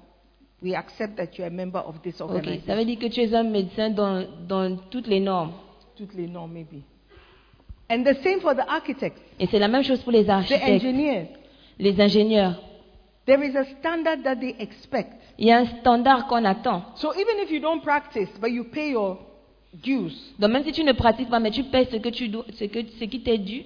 S5: we accept that you are a member of this
S6: Ok,
S5: organization.
S6: Ça veut dire que tu es un médecin dans, dans toutes les normes.
S5: Toutes les normes, maybe. And the same for the architects,
S6: Et c'est la même chose pour les
S5: the
S6: architectes,
S5: engineers.
S6: les ingénieurs.
S5: There is a standard that they expect.
S6: Il y a un standard qu'on attend.
S5: So even if you don't practice, but you pay your dues,
S6: Donc même si tu ne pratiques pas, mais tu payes ce, que tu dois, ce, que, ce qui t'est dû,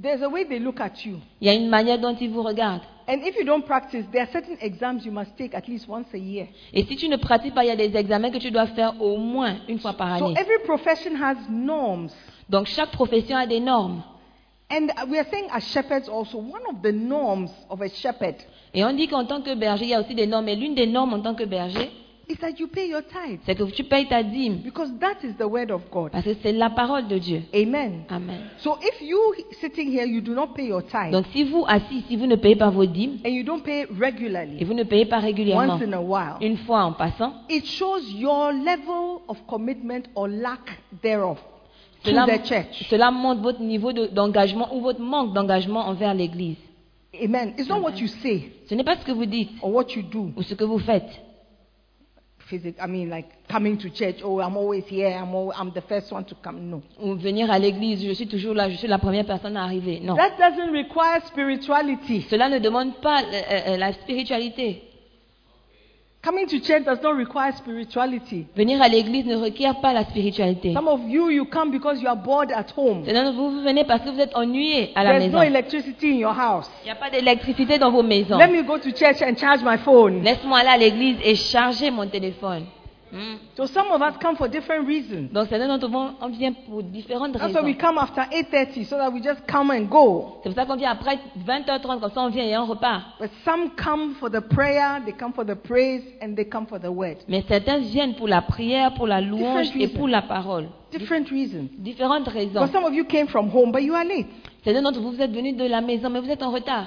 S5: there's a way they look at you.
S6: il y a une manière dont ils vous regardent.
S5: And if you don't practice, there are certain exams you must take at least once a year.
S6: Et si tu ne pratiques pas, il y a des examens que tu dois faire au moins une fois par
S5: So
S6: année.
S5: every profession has norms.
S6: Donc chaque profession a des normes.
S5: And we are saying as shepherds also, one of the norms of a shepherd
S6: Et on dit qu'en tant que berger, il y a aussi des normes. Et l'une des normes en tant que berger,
S5: is that you pay your tithes.
S6: c'est que tu payes ta dîme.
S5: Because that is the word of God.
S6: Parce que c'est la parole de Dieu.
S5: Amen.
S6: Amen.
S5: So if you sitting here, you do not pay your tithes
S6: Donc si vous assis, si vous ne payez pas vos dîmes
S5: and you don't pay
S6: et
S5: regularly,
S6: vous ne payez pas régulièrement,
S5: once in a while,
S6: une fois en passant,
S5: it shows your level of commitment or lack thereof to
S6: cela,
S5: the church.
S6: cela montre votre niveau de- d'engagement ou votre manque d'engagement envers l'Église.
S5: Amen. It's not what you say
S6: Ce n'est pas ce que vous dites
S5: or what you do.
S6: ou ce que vous faites.
S5: Physic, I mean, like coming to church. Oh, I'm always here. I'm, al I'm the first one to come. No.
S6: Ou venir à l'Église, je suis toujours là, je suis la première personne à arriver. Non.
S5: That doesn't require spirituality.
S6: Cela ne demande pas euh, euh, la spiritualité.
S5: Coming to church does not require spirituality.
S6: Venir à l'Église ne requiert pas la spiritualité.
S5: Some of you, you come because you are bored at home.
S6: Cela, vous vous venez parce que vous êtes ennuyé à la
S5: There's no
S6: maison.
S5: electricity in your house.
S6: Il n'y a pas d'électricité dans vos maisons.
S5: Let me go to church and charge my phone.
S6: Laisse-moi aller à l'église et charger mon téléphone. Hmm.
S5: So some of us come for different reasons.
S6: Donc, certains d'entre vous, on vient pour différentes
S5: That's why we
S6: raisons.
S5: come after 8:30 so that we just come and go.
S6: C'est pour ça qu'on vient après 20h30, comme ça on vient et on repart.
S5: But some come for the prayer, they come for the praise, and they come for the word.
S6: Mais certains viennent pour la prière, pour la louange et
S5: reasons.
S6: pour la parole.
S5: Different reasons.
S6: Différentes raisons.
S5: Because some of you came from home, but you are late.
S6: Certains d'entre vous, vous êtes venus de la maison, mais vous êtes en retard.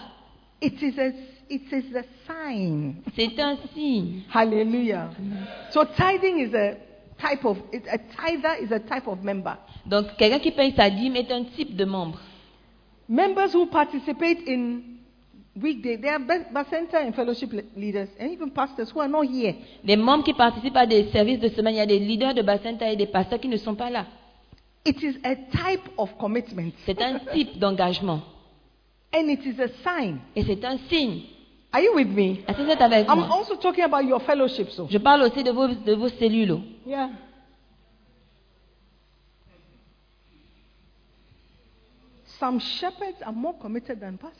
S5: It is a, it is a sign.
S6: C'est un signe.
S5: Hallelujah. So tithing is a type of, it, a tither is a type of member.
S6: Donc, quelqu'un qui paye sa dîme est un type de membre.
S5: Members who participate in weekday, they are center and fellowship le- leaders and even pastors who are not here.
S6: Les membres qui participent à des services de semaine, il y a des leaders de bassin et des pasteurs qui ne sont pas là.
S5: It is a type of commitment
S6: C'est un type d'engagement.
S5: and it is a sign.
S6: Et c'est un signe.
S5: Are you with me?
S6: Est-ce que vous êtes avec
S5: I'm
S6: moi?
S5: also talking about your fellowship, so.
S6: Je parle aussi de vos, de vos cellules.
S5: Yeah. Some shepherds are more committed than pastors,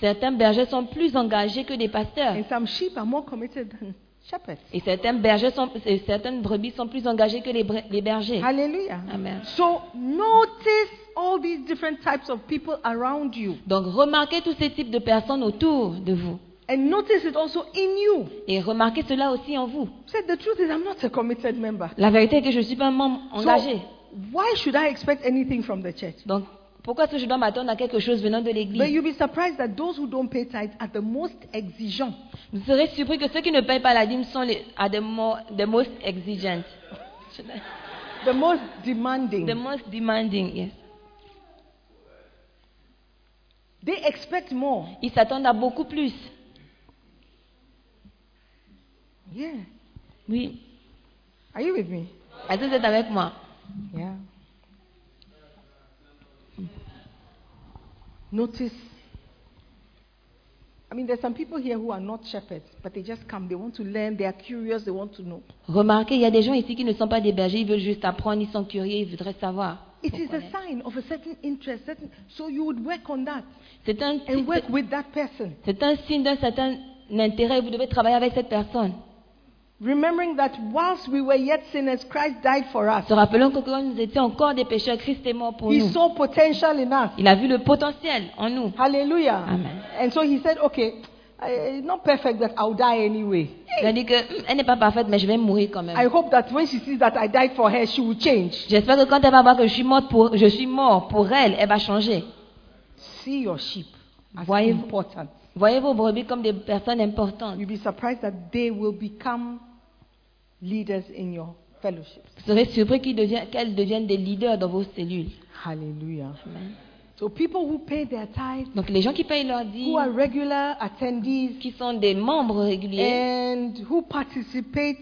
S6: Certains bergers sont plus engagés que des pasteurs.
S5: and some sheep are more committed than shepherds.
S6: Et certains bergers sont, et certaines brebis sont plus engagées que les, bre- les bergers.
S5: Hallelujah.
S6: Amen.
S5: So notice all these different types of people around you
S6: Donc remarquez tous ces types de personnes autour de vous.
S5: And notice it also in you.
S6: Et remarquez cela aussi en vous.
S5: Said the truth is, I'm not a committed member.
S6: La vérité est que je ne suis pas un membre engagé.
S5: So, why should I expect anything from the church?
S6: Donc, pourquoi est-ce que je dois m'attendre à quelque chose venant de
S5: But
S6: l'Église
S5: you'll be surprised that those who don't pay tithe are the most exigeant.
S6: Vous serez surpris que ceux qui ne payent pas la dîme sont les à des mo- the most exigent.
S5: the most demanding.
S6: The most demanding, yes.
S5: they expect more.
S6: Ils s'attendent à beaucoup plus.
S5: Yeah.
S6: Oui.
S5: Are you with me?
S6: Est-ce que vous êtes avec moi
S5: Yeah. Hmm. Notice. I mean, there's some people here who are not shepherds, but they just come. They want to learn. They are curious. They want to know.
S6: Remarquez, il y a des gens ici qui ne sont pas des bergers, ils veulent juste apprendre, ils sont curieux, ils voudraient savoir.
S5: It is a sign of a certain interest. Certain, so you would work on that
S6: C'est un,
S5: and work with that person.
S6: c'est un signe d'un certain intérêt, vous devez travailler avec cette personne.
S5: Remembering that whilst we were yet sinners, Christ died for us.
S6: Se rappelons que quand nous étions encore des pécheurs, Christ est mort pour
S5: He
S6: nous.
S5: saw potential in us.
S6: Il a vu le potentiel en nous.
S5: Hallelujah.
S6: Amen.
S5: And so he said, okay, I- it's not perfect, but I'll die anyway.
S6: Il a dit que hum, elle n'est pas parfaite, mais je vais mourir quand
S5: I
S6: même.
S5: hope that when she sees that I died for her, she will change.
S6: J'espère que quand elle va voir que je suis morte pour, je suis mort pour elle, elle va changer.
S5: See your sheep as
S6: Why-
S5: important.
S6: Voyez vos brebis comme des personnes importantes.
S5: You'll be surprised that they will become leaders in your fellowships.
S6: Vous serez surpris qu'ils deviennent- qu'elles deviennent des leaders dans vos cellules.
S5: Hallelujah.
S6: Amen.
S5: So people who pay their tithe,
S6: Donc les gens qui payent leur
S5: who are
S6: dîme,
S5: regular attendees,
S6: qui sont des membres réguliers,
S5: and who participate,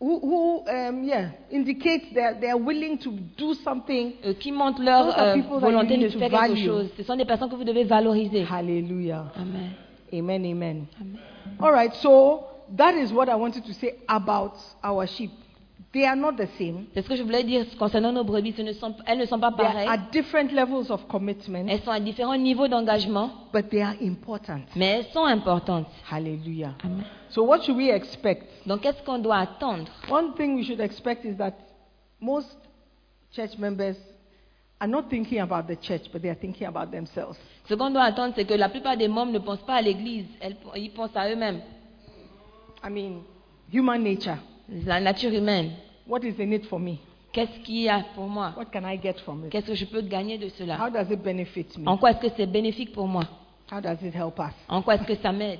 S5: who, who um, yeah, indicate that they are willing to do something.
S6: euh, qui montrent leur
S5: Eh, Those are
S6: euh,
S5: people that
S6: volonté
S5: you
S6: de
S5: need to
S6: faire quelque
S5: value.
S6: chose, ce sont des personnes que vous devez valoriser.
S5: Hallelujah.
S6: Amen.
S5: Amen, amen.
S6: Amen.
S5: All right, so that is what I wanted to say about our sheep. They are not the same.
S6: C'est ce que je voulais dire concernant nos brebis. Ce ne sont- elles ne sont pas
S5: There
S6: pareilles.
S5: are different levels of commitment,
S6: Elles sont à différents niveaux d'engagement,
S5: but they are important.
S6: mais elles sont importantes.
S5: Hallelujah.
S6: Amen.
S5: So, what should we expect?
S6: Donc qu'est-ce qu'on doit attendre
S5: One thing we should expect is that most church members are not thinking about the church, but they are thinking about themselves.
S6: Ce qu'on doit attendre, c'est que la plupart des membres ne pensent pas à l'Église, elles- ils pensent à eux-mêmes,
S5: I mean, human nature.
S6: la nature humaine.
S5: What is in it for me?
S6: Qu'est-ce qu'il y a pour moi
S5: What can I get from it?
S6: Qu'est-ce que je peux gagner de
S5: How
S6: cela
S5: does it benefit me?
S6: En quoi est-ce que c'est bénéfique pour moi
S5: How does it help us?
S6: En quoi est-ce que ça m'aide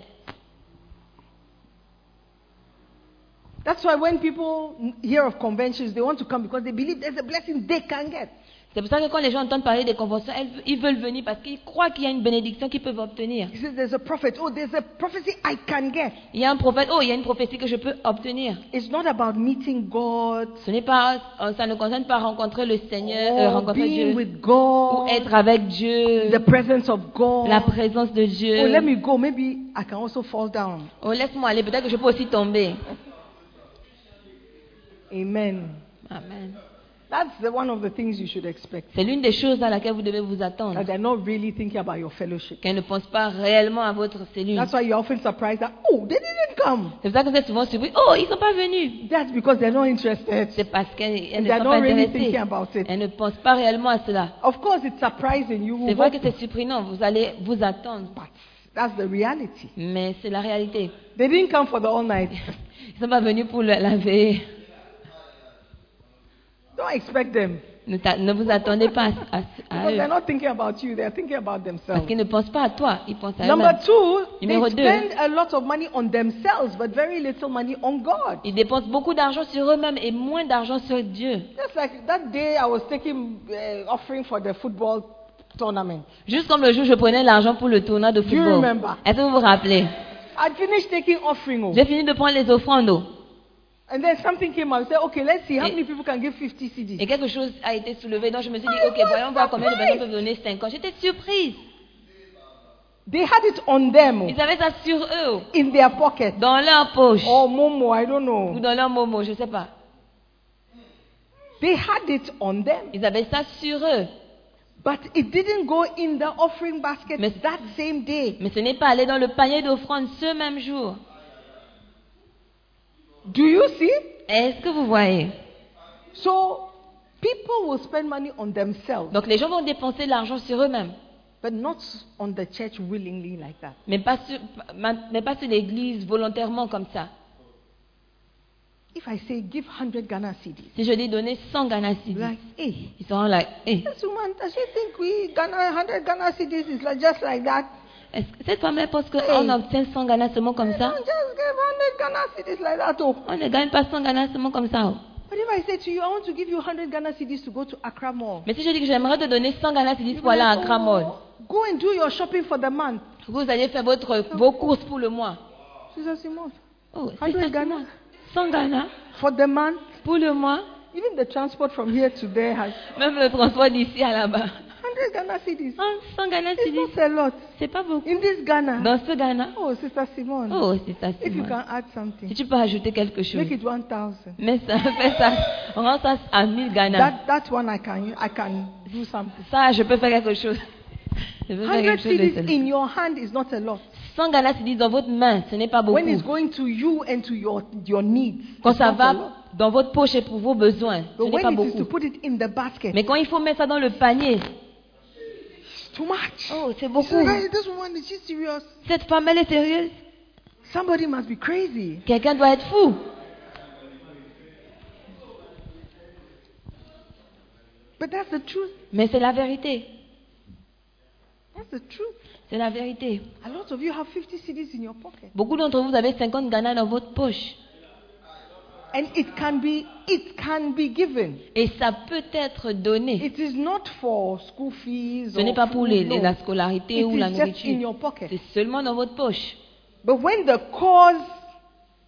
S5: That's why when people hear of conventions, they want to come because they believe there's a blessing they can get.
S6: C'est pour ça que quand les gens entendent parler des conventions, elles- ils veulent venir parce qu'ils croient qu'il y a une bénédiction qu'ils peuvent obtenir.
S5: He says, There's a prophet. Oh, there's a prophecy I can get.
S6: Il y a un prophète, oh, il y a une prophétie que je peux obtenir.
S5: It's not about meeting God
S6: Ce n'est pas, euh, ça ne concerne pas rencontrer le Seigneur, euh,
S5: or
S6: rencontrer
S5: being
S6: Dieu,
S5: with
S6: ou
S5: God,
S6: être avec Dieu,
S5: the presence of God.
S6: la présence de
S5: Oh, let me
S6: Dieu.
S5: go. Maybe I can also fall down.
S6: Oh, laisse-moi aller, peut-être que je peux aussi tomber.
S5: Amen.
S6: Amen.
S5: That's the, one of the things you should expect.
S6: C'est l'une des choses à laquelle vous devez vous attendre,
S5: That they're not really thinking about your fellowship.
S6: qu'elle ne pense pas réellement à votre cellule.
S5: That's why you're often surprised that, oh, they didn't come.
S6: C'est pour ça que vous êtes souvent surpris, oh, ils ne sont pas venus.
S5: That's because they're not interested.
S6: C'est parce qu'elles elles
S5: And
S6: ne
S5: they're
S6: sont pas
S5: not really
S6: intéressées.
S5: thinking about it.
S6: Elles ne pensent pas réellement à cela.
S5: Of course, it's surprising. You
S6: C'est
S5: will
S6: vrai
S5: hope,
S6: que c'est surprenant, vous allez vous attendre,
S5: but that's the reality.
S6: mais c'est la réalité.
S5: They didn't come for the all night.
S6: Ils ne sont pas venus pour le- la veille.
S5: Don't expect them.
S6: Ne, t'a- ne vous attendez pas à, à- à
S5: Because
S6: eux.
S5: they're not thinking about you, they're thinking about
S6: Parce
S5: themselves.
S6: qu'ils ne pensent pas à toi, ils pensent à
S5: Number
S6: eux-mêmes.
S5: two, they
S6: Numéro deux.
S5: spend a lot of money on themselves, but very little money on God.
S6: Ils dépensent beaucoup d'argent sur eux-mêmes et moins d'argent sur Dieu.
S5: Just like that day I was taking uh, offering for the football tournament.
S6: Juste comme le jour où je prenais l'argent pour le tournoi de
S5: Do you
S6: football.
S5: remember?
S6: Est-ce que vous vous rappelez
S5: I'd finished taking offering, oh,
S6: J'ai fini de prendre les offrandes.
S5: and then something came out. I said, okay, let's see how
S6: Et-
S5: many people can give 50
S6: Et
S5: CDs.
S6: quelque chose a été soulevé, donc je me suis dit, ok, voyons voir combien de personnes peuvent donner 5 ans. J'étais surprise.
S5: They had it on them,
S6: Ils
S5: oh,
S6: avaient ça sur eux,
S5: in their pocket.
S6: dans leur poche,
S5: Or Momo, I don't
S6: ou
S5: know.
S6: dans leur momo, je sais pas.
S5: They had it on them,
S6: Ils avaient ça sur eux,
S5: but it didn't go in the offering basket
S6: Mais-
S5: that same day.
S6: mais ce n'est pas allé dans le panier d'offrandes ce même jour.
S5: Do you see?
S6: Est-ce que vous voyez
S5: So people will spend money on themselves,
S6: Donc les gens vont dépenser l'argent sur eux-mêmes,
S5: but not on the church willingly like that.
S6: Mais pas sur, ma- mais pas sur l'église volontairement comme ça.
S5: If I say give 100 Ghana cedis,
S6: Si je lui donnais 100 Ghana cedis,
S5: like, hey,
S6: ils seront là. Hey,
S5: this woman, does she think we Ghana 100 Ghana cedis is like just like that?
S6: est-ce que cette femme-là pense qu'on obtient 100 Ghana seulement comme
S5: We
S6: ça
S5: don't just give 100 Ghana cedis like that, oh.
S6: On ne gagne pas 100 Ghana seulement comme ça. oh.
S5: But if I say to you, I want to give you 100 Ghana cedis to go to Accra Mall,
S6: Mais si je dis que j'aimerais te donner 100 Ghana cedis
S5: you'll
S6: pour
S5: be
S6: aller à
S5: like,
S6: Accra Mall,
S5: "Oh, go and do your shopping for the month.
S6: vous allez faire votre, vos courses pour le mois.
S5: She says, "Simone,
S6: Oh, c'est
S5: 100
S6: ça,
S5: Ghana.
S6: 100 Ghana
S5: For the month,
S6: pour le mois,
S5: even the transport from here to there has
S6: même le transport d'ici à là-bas.
S5: 100 Ghana cedis.
S6: Oh, 100 Ghana
S5: It's
S6: cedis,
S5: not a lot.
S6: c'est pas beaucoup.
S5: In this Ghana,
S6: Dans ce Ghana,
S5: oh, Sister Simone,
S6: oh, c'est ça,
S5: if you
S6: Simone.
S5: can add
S6: Si
S5: something,
S6: tu peux ajouter quelque chose.
S5: make it 1,000.
S6: Mais ça, fais ça. Rends ça à 1000 Ghana.
S5: That, that one I can, I can do something.
S6: Ça, je peux faire quelque chose. Je peux faire
S5: 100
S6: quelque chose de
S5: cedis
S6: cela.
S5: in your hand is not a lot.
S6: 100 Ghana cedis dans votre main, ce n'est pas beaucoup.
S5: When it's going to you and to your, your needs,
S6: Quand
S5: it's
S6: ça
S5: not a lot.
S6: va dans votre poche et pour vos besoins, ce
S5: But
S6: n'est
S5: when
S6: pas
S5: it is to
S6: beaucoup.
S5: put it in the basket,
S6: Mais quand il faut mettre ça dans le panier,
S5: it's too much.
S6: oh, c'est
S5: You say,
S6: beaucoup.
S5: "Hey, this woman, is she serious?
S6: Cette femme, elle est sérieuse.
S5: Somebody must be crazy.
S6: Quelqu'un doit être fou.
S5: But that's the truth.
S6: Mais c'est la vérité.
S5: That's the truth.
S6: C'est la vérité.
S5: A lot of you have 50 CDs in your pocket.
S6: Beaucoup d'entre vous avez 50 Ghana dans votre poche.
S5: And it can be, it can be given.
S6: Et ça peut être donné.
S5: It is not for school fees
S6: Ce
S5: or
S6: n'est pas pour
S5: food,
S6: les-
S5: no.
S6: la scolarité
S5: It
S6: ou
S5: is
S6: la
S5: just in
S6: nourriture.
S5: your pocket.
S6: C'est seulement dans votre poche.
S5: But when the cause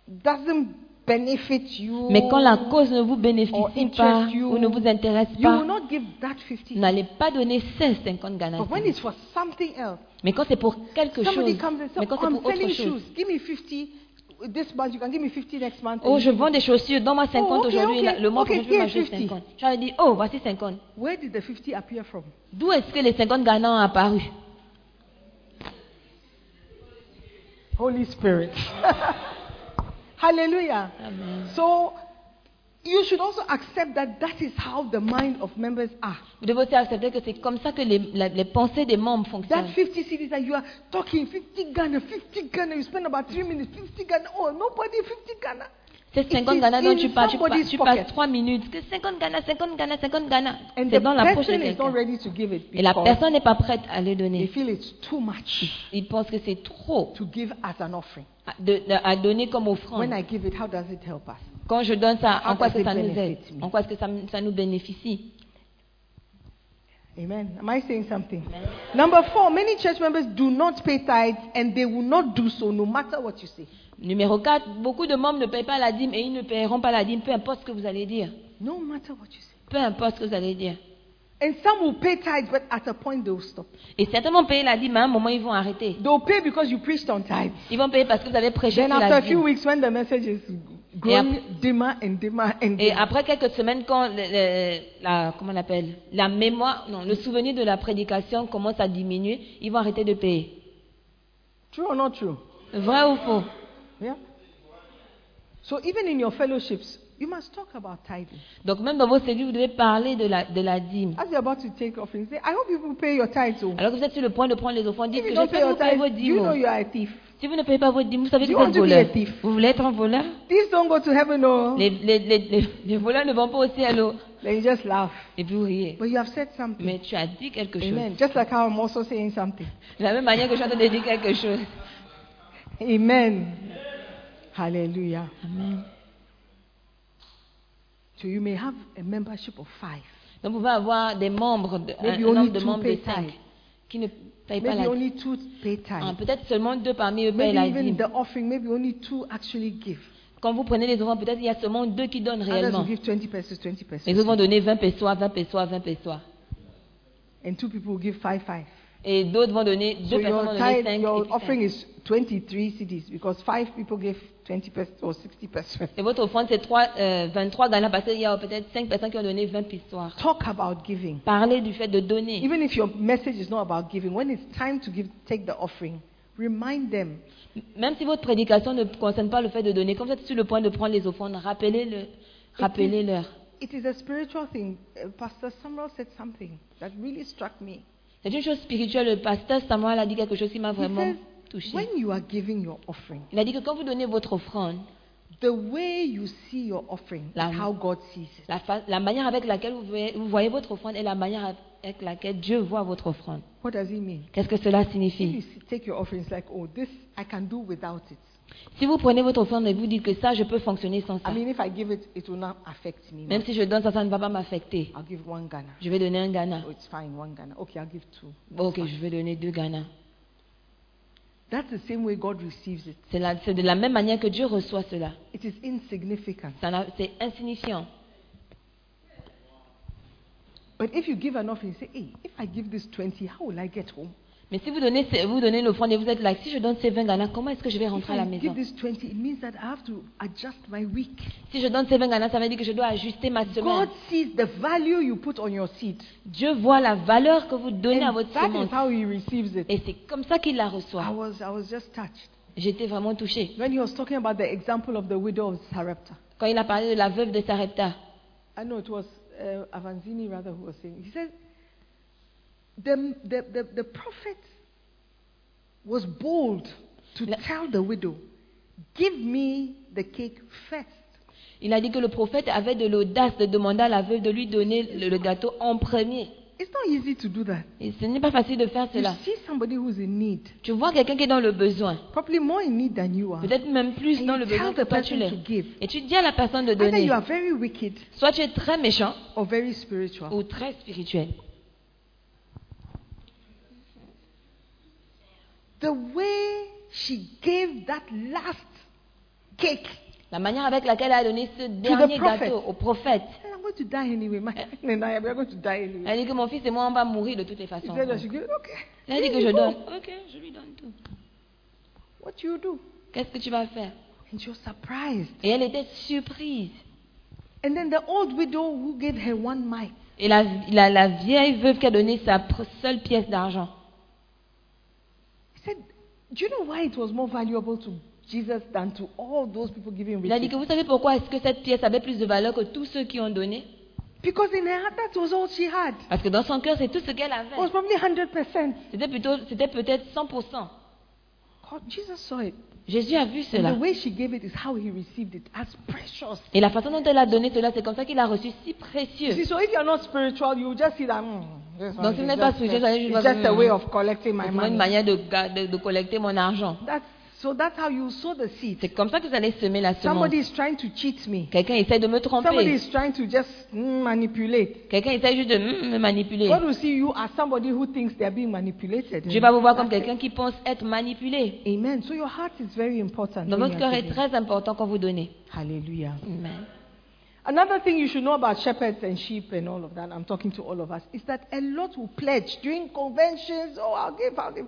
S5: doesn't benefit you,
S6: Mais quand la cause ne vous
S5: or
S6: bénéficie
S5: interest
S6: pas
S5: you,
S6: ou ne vous intéresse
S5: you
S6: pas,
S5: will not give that 50.
S6: vous n'allez pas donner 150 Ghana.
S5: But when
S6: cedis.
S5: it's for something else,
S6: Mais quand c'est pour quelque
S5: somebody
S6: chose,
S5: comes and
S6: mais
S5: says,
S6: quand
S5: oh,
S6: c'est
S5: I'm
S6: pour autre
S5: selling
S6: chose,
S5: shoes. Give me 50 this month. You can give me 50 next month.
S6: oh je vends des chaussures, donne-moi 50
S5: Oh, ok,
S6: aujourd'hui,
S5: ok,
S6: la- le mois
S5: ok,
S6: prochain je vais
S5: tiens,
S6: m'acheter
S5: 50.
S6: 50. J'aurais dit, oh voici 50.
S5: Where did the 50 appear from?
S6: D'où est-ce que les 50 Ghana ont apparu
S5: Holy Spirit. Hallelujah. So you should also accept that that is how the mind of members are.
S6: Vous devez aussi accepter que c'est comme ça que les, la- les pensées des membres fonctionnent.
S5: That 50 cities that you are talking, 50 Ghana, 50 Ghana, you spend about three minutes, 50 Ghana, oh, nobody, 50 Ghana.
S6: Ces
S5: It
S6: 50
S5: is
S6: Ghana dont
S5: in
S6: tu parles, tu, parles-
S5: somebody's
S6: tu passes
S5: pocket.
S6: 3 minutes. Que 50 Ghana, 50 Ghana, 50 Ghana.
S5: And
S6: C'est
S5: the
S6: dans la poche de
S5: person is not
S6: quelqu'un.
S5: ready to give it
S6: Et la
S5: because
S6: personne n'est pas prête à le
S5: they
S6: donner.
S5: feel it's too much
S6: Il pense que c'est trop
S5: to give as an offering.
S6: à, de- de- à donner comme
S5: When
S6: offrande.
S5: I give it, how does it help us?
S6: Quand je donne ça,
S5: How
S6: en quoi est-ce
S5: does
S6: que
S5: it
S6: ça nous aide
S5: benefit me?
S6: En quoi est-ce que ça, m- ça nous bénéficie
S5: Amen. Am I saying something? Number four, many church members do not pay tithes and they will not do so no matter what you say.
S6: Numéro 4, beaucoup de membres ne payent pas la dîme et ils ne paieront pas la dîme, peu importe ce que vous allez dire.
S5: No matter what you say.
S6: Peu importe ce que vous allez dire.
S5: And some will pay tithes, but at a point they will stop.
S6: Et certainement payer la dîme, à un moment ils vont arrêter.
S5: They'll pay because you preached on tithes.
S6: Ils vont payer parce que vous avez prêché
S5: Then
S6: sur
S5: after
S6: la
S5: a few
S6: dîme.
S5: weeks, when the message is
S6: Et
S5: growing dimmer and dimmer and
S6: Et
S5: dimmer,
S6: après quelques semaines, quand le- le- la, comment on appelle, la mémoire, non, le souvenir de la prédication commence à diminuer, ils vont arrêter de payer.
S5: true or not true?
S6: Vrai ou faux
S5: Yeah. So even in your fellowships, you must talk about tithing.
S6: Donc même dans vos cellules, vous devez parler de la, de la dîme.
S5: As you're about to take offering, say, I hope you will pay your tithes. oh."
S6: Alors que vous êtes sur le point de prendre les enfants, dites
S5: If
S6: que
S5: you
S6: je
S5: don't pay
S6: peux vous
S5: your
S6: payer vos
S5: tithes, you
S6: dîmes.
S5: know you are a thief.
S6: Si vous ne payez pas vos dîmes, vous savez que
S5: You
S6: vous
S5: want
S6: êtes
S5: to be
S6: voleur.
S5: a thief.
S6: Vous voulez être un voleur
S5: Thieves don't go to heaven, oh.
S6: les, les, les, les- les voleurs ne vont pas au ciel. oh.
S5: Then you just laugh.
S6: Et puis vous riez.
S5: But you have said something.
S6: Mais tu as dit quelque chose.
S5: Amen. Just like how I'm also saying something.
S6: De la même manière que je suis en train de dire quelque chose.
S5: Amen. Hallelujah.
S6: Amen.
S5: So you may have a membership of five,
S6: Donc vous pouvez avoir des membres, de, un,
S5: Maybe
S6: un
S5: only
S6: nombre de
S5: two
S6: membres de
S5: pay
S6: cinq
S5: tithe.
S6: qui ne payent pas
S5: maybe
S6: la dîme.
S5: only two pay
S6: Ah,
S5: tithe,
S6: peut-être seulement deux parmi eux
S5: maybe
S6: payent la
S5: even
S6: dîme.
S5: the offering, maybe only two actually give.
S6: Quand vous prenez les enfants, peut-être il y a seulement deux qui donnent
S5: Others will
S6: réellement.
S5: give 20 pesos, 20
S6: Les autres
S5: pesos,
S6: vont donner 20 pesos, 20 pesos, 20 pesos.
S5: and two people will give five five.
S6: Et d'autres vont donner,
S5: So
S6: deux personnes
S5: your
S6: vont donner
S5: tithe,
S6: 5
S5: your offering is 23 CDs because five people give 20 pesos or 60 pesos.
S6: Et votre offrande, c'est trois, euh, 23 Ghana parce qu'il y a peut-être 5 personnes qui ont donné 20 pistoires.
S5: Talk about giving.
S6: Parlez du fait de donner.
S5: Even if your message is not about giving, when it's time to give, take the offering. Remind them
S6: Même si votre prédication ne concerne pas le fait de donner, comme vous êtes sur le point de prendre les offrandes, rappelez-le, rappelez-leur.
S5: It is a spiritual thing. Uh, Pastor Samuel said something that really struck me.
S6: C'est une chose spirituelle. Le pasteur Samuel a dit quelque chose qui m'a
S5: He
S6: vraiment
S5: says,
S6: touché.
S5: when you are giving your offering,
S6: Il a dit que quand vous donnez votre offrande,
S5: the way you see your offering
S6: La-
S5: is how God sees it.
S6: la, fa- la manière avec laquelle vous voyez, vous voyez votre offrande est la manière avec laquelle Dieu voit votre offrande.
S5: What does it mean?
S6: Qu'est-ce que cela
S5: If you
S6: signifie
S5: s- take your offering, it's like, oh, this I can do without it.
S6: Si vous prenez votre offrande et vous dites que ça, je peux fonctionner sans ça.
S5: I mean, if I give it, it will not affect me.
S6: Même si je donne ça, ça ne va pas m'affecter.
S5: I'll give one Ghana.
S6: Je vais donner un Ghana.
S5: Oh, it's fine, one Ghana. Okay, I'll give two.
S6: Bon, ok, je vais donner deux Ghana.
S5: That's the same way God receives it.
S6: C'est la- c'est de la même manière que Dieu reçoit cela.
S5: It is insignificant.
S6: Ça n'a- C'est insignifiant.
S5: But if you give an offering, you say, hey, if I give this 20, how will I get home?
S6: Mais si vous donnez, ces- vous donnez l'offrande et vous êtes là, si je donne ces 20 Ghana, comment est-ce que je vais
S5: If
S6: rentrer à la
S5: I give
S6: maison
S5: this 20, it means that I have to adjust my week.
S6: Si je donne ces 20 Ghana, ça veut dire que je dois ajuster ma semaine.
S5: God sees the value you put on your seed.
S6: Dieu voit la valeur que vous donnez à
S5: And
S6: votre
S5: that is
S6: semence.
S5: how Ah he receives it.
S6: Et c'est comme ça qu'il la
S5: I
S6: reçoit.
S5: was, I was just touched.
S6: J'étais vraiment touchée.
S5: When he was talking about the example of the widow of Sarepta,
S6: Quand il a parlé de la veuve de Sarepta,
S5: I know it was uh, Avanzini rather who was saying, he said, the, the, the, the prophet was bold to
S6: La-
S5: tell the widow, give me the cake first.
S6: il a dit que le prophète avait de l'audace de demander à la veuve de lui donner le, le gâteau en premier.
S5: It's not easy to do that.
S6: Et ce n'est pas facile de faire
S5: You
S6: cela.
S5: see somebody who's in need,
S6: Tu vois quelqu'un qui est dans le besoin,
S5: probably more in need than you are.
S6: peut-être même plus
S5: Hein. And
S6: dans
S5: you
S6: le
S5: tell
S6: besoin
S5: the
S6: que toi tu
S5: person
S6: l'es.
S5: to give.
S6: Et tu dis à la personne de
S5: Either
S6: donner.
S5: you are very wicked
S6: Soit tu es très méchant
S5: or very spiritual.
S6: ou très spirituel.
S5: The way she gave that last cake,
S6: La manière avec laquelle elle a donné ce
S5: the
S6: dernier
S5: prophet.
S6: gâteau au prophète.
S5: "Hey, Eh, I'm going to die anyway. My husband and I, we are going to die anyway.
S6: Elle dit que mon fils et moi, on va mourir de toutes les
S5: He
S6: façons.
S5: said, I
S6: Elle
S5: should give, okay.
S6: a dit que
S5: Here
S6: je
S5: you
S6: donne.
S5: go.
S6: Oh, Ok, je lui donne tout.
S5: What you do?
S6: Qu'est-ce que tu vas faire
S5: And she was surprised.
S6: Et elle était surprise.
S5: And then the old widow who gave her one mite,
S6: Et la, la- la vieille veuve qui a donné sa pr- seule pièce d'argent.
S5: he said, Do you know why it was more valuable to Jesus than to all those people giving
S6: Il a dit que
S5: riches?
S6: vous savez pourquoi est-ce que cette pièce avait plus de valeur que tous ceux qui ont donné
S5: Because in her heart, that was all she had.
S6: Parce que dans son cœur, c'est tout ce qu'elle
S5: It was
S6: avait.
S5: probably 100%.
S6: C'était plutôt, c'était peut-être 100%.
S5: God, Jesus saw it.
S6: Jésus a vu
S5: And
S6: cela.
S5: the way she gave it is how he received it as precious.
S6: Et la façon dont elle a donné cela, c'est comme ça qu'il a reçu si
S5: You
S6: précieux.
S5: see, so if you're not spiritual, you will just see that. Mm, this one
S6: Donc, si
S5: is
S6: vous n'êtes pas
S5: just,
S6: spirituel, vous allez juste
S5: it's
S6: voir que,
S5: just a
S6: mm,
S5: way of collecting my
S6: C'est vraiment une
S5: money.
S6: manière de, ga- de- de collecter mon argent.
S5: That's, so that's how you sow the seed.
S6: C'est comme ça que vous allez semer la semence.
S5: Somebody is trying to cheat me.
S6: Quelqu'un essaie de me
S5: Somebody
S6: tromper.
S5: is trying to just mm, manipulate.
S6: Quelqu'un essaie juste de mm, me manipuler.
S5: God will see you as somebody who thinks they are being manipulated.
S6: Dieu va vous voir comme
S5: That's it.
S6: quelqu'un qui pense être manipulé.
S5: Amen. So your heart is very important.
S6: Donc
S5: when
S6: votre
S5: you are
S6: cœur est
S5: giving.
S6: très important quand vous donnez.
S5: Hallelujah.
S6: Amen.
S5: Another thing you should know about shepherds and sheep and all of that, I'm talking to all of us, is that a lot will pledge during conventions, oh, I'll give, I'll give.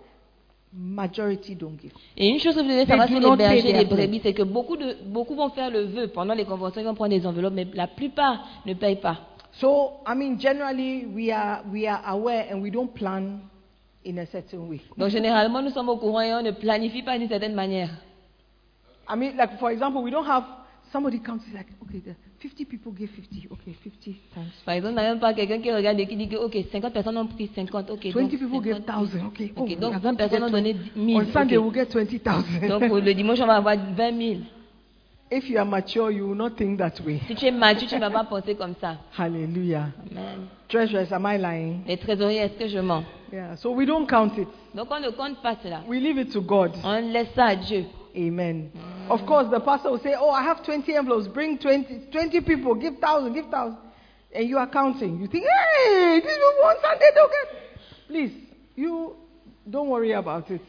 S5: Majority don't give.
S6: Et une chose que vous devez
S5: They
S6: savoir
S5: do
S6: sur
S5: not
S6: les bergers
S5: pay
S6: et les
S5: their
S6: brebis, c'est que beaucoup, de, beaucoup vont faire le vœu pendant les conventions, ils vont prendre des enveloppes, mais la plupart ne payent pas.
S5: So, I mean, generally, we are, we are aware and we don't plan in a certain way.
S6: Donc généralement, nous sommes au courant et on ne planifie pas d'une certaine manière.
S5: I mean, like, for example, we don't have somebody comes, he's like, okay, the 50 people give 50, okay, 50 times.
S6: Par exemple, il n'y a même pas quelqu'un qui regarde et qui dit que, OK, 50 personnes ont pris 50, OK.
S5: 20
S6: donc
S5: people gave
S6: 50,
S5: 1,000, okay.
S6: OK,
S5: oh,
S6: donc
S5: we are
S6: 20
S5: going to
S6: personnes ont
S5: get
S6: donné 1000.
S5: On Sunday,
S6: ok.
S5: we'll get 20,000.
S6: Donc pour le dimanche, on va avoir 20 000.
S5: If you are mature, you will not think that way.
S6: Si tu es mature, tu ne vas pas penser comme ça.
S5: Hallelujah.
S6: Amen.
S5: Treasurers, am I lying?
S6: Les trésoriers, est-ce que je mens
S5: Yeah. So we don't count it.
S6: Donc on ne compte pas cela.
S5: We leave it to God.
S6: On laisse ça à Dieu.
S5: Amen. Of course, the pastor will say, Oh, I have 20 envelopes. Bring 20, 20 people. Give 1,000. Give 1,000. And you are counting. You think, Hey, these people on Sunday don't get. Please, you don't worry about it.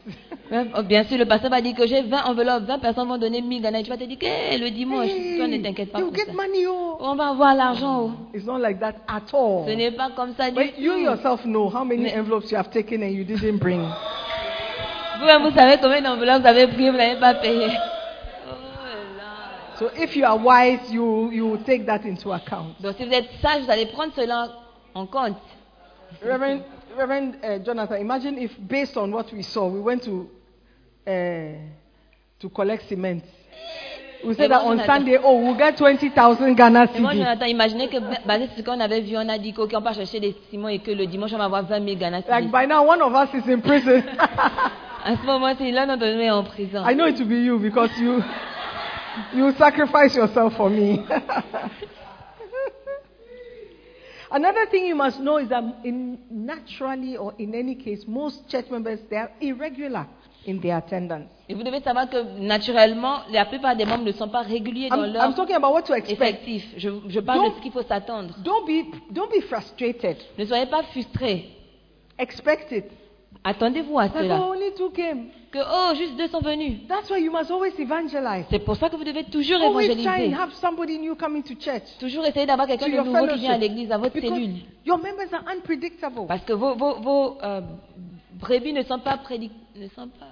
S6: Même- Hein? Oh, Bien sûr, le pasteur va dire que j'ai 20 enveloppes, 20 personnes vont donner 1000 Ghana. Et tu vas te dire que eh, le dimanche, toi ne t'inquiète pas
S5: you
S6: pour ça.
S5: get money. Oh.
S6: On va avoir l'argent. oh.
S5: It's not like that at all.
S6: Ce n'est pas comme ça du
S5: But you
S6: tout.
S5: yourself know how many envelopes you have taken and you didn't bring.
S6: Vous-même, vous savez combien d'enveloppes vous avez pris, vous n'avez pas payé. Oh là.
S5: So if you are wise, you, you will take that into account.
S6: Donc, si vous êtes sage, vous allez prendre cela en compte.
S5: Reverend, Reverend uh, Jonathan, imagine if based on what we saw, we went to, uh, to collect cement. We
S6: Mais
S5: say that
S6: moi,
S5: on
S6: Jonathan-
S5: Sunday, oh, we'll get 20,000 Ghana
S6: Et moi,
S5: cedis.
S6: Jonathan, imaginez que, ba- basé sur ce qu'on avait vu, on a dit qu'on ne pas chercher des ciments et que le dimanche, on va avoir 20 000 Ghana.
S5: Like
S6: cedis.
S5: by now, one of us is in prison.
S6: À ce moment-ci, l'un d'entre nous est en prison.
S5: I know it will be you because you you sacrifice yourself for me. Another thing you must know is that in naturally or in any case, most church members they are irregular in their attendance.
S6: Et vous devez savoir que, naturellement, la plupart des membres ne sont pas réguliers dans
S5: I'm, I'm
S6: leur
S5: talking about what to expect.
S6: effectif. Je, je parle
S5: Donc-
S6: de ce qu'il faut s'attendre.
S5: Don't be don't be frustrated.
S6: Ne soyez pas frustrés.
S5: Expect it.
S6: Attendez-vous à
S5: Like,
S6: cela.
S5: oh, only two came.
S6: Que, oh, juste deux sont venus.
S5: That's why you must always evangelize.
S6: C'est pour ça que vous devez toujours
S5: Always try and
S6: évangéliser.
S5: have somebody new coming to church.
S6: Toujours essayer d'avoir quelqu'un
S5: To
S6: de
S5: your
S6: nouveau qui vient à
S5: fellowship.
S6: l'église, à votre
S5: Because
S6: cellule.
S5: your members are unpredictable.
S6: Parce que vos, vos, vos euh, brebis ne sont pas, prédic- ne sont pas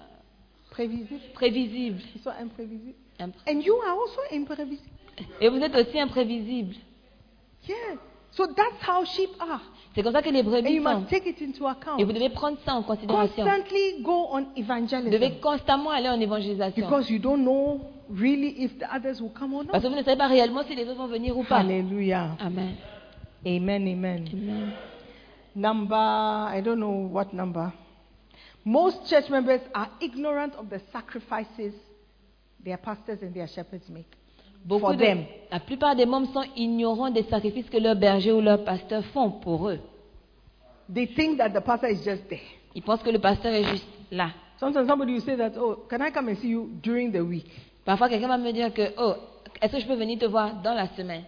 S5: Prévisible.
S6: prévisibles.
S5: Ils sont imprévisibles.
S6: Impré-
S5: And you are also imprévisible.
S6: Et vous êtes aussi imprévisibles.
S5: Yeah. So that's how sheep are.
S6: C'est comme ça que les
S5: And
S6: brebis
S5: you
S6: sont.
S5: must take it into
S6: Et vous
S5: account.
S6: devez prendre ça en considération.
S5: Constantly go on
S6: Vous devez
S5: evangelism.
S6: constamment aller en évangélisation.
S5: Because you don't know really if the others will come or
S6: Parce
S5: not.
S6: que vous ne savez pas réellement si les autres vont venir ou pas.
S5: Hallelujah.
S6: Amen.
S5: Amen, amen.
S6: Amen.
S5: Number, I don't know what number. Most church members are ignorant of the sacrifices their pastors and their shepherds make.
S6: Beaucoup
S5: For
S6: de-
S5: them.
S6: La plupart des membres sont ignorants des sacrifices que leurs bergers ou leurs pasteurs font pour eux.
S5: They think that the pastor is just there.
S6: Ils pensent que le pasteur est juste là.
S5: Sometimes somebody will say that, oh, can I come and see you during the week?
S6: Parfois, quelqu'un va me dire que, oh, est-ce que je peux venir te voir dans la semaine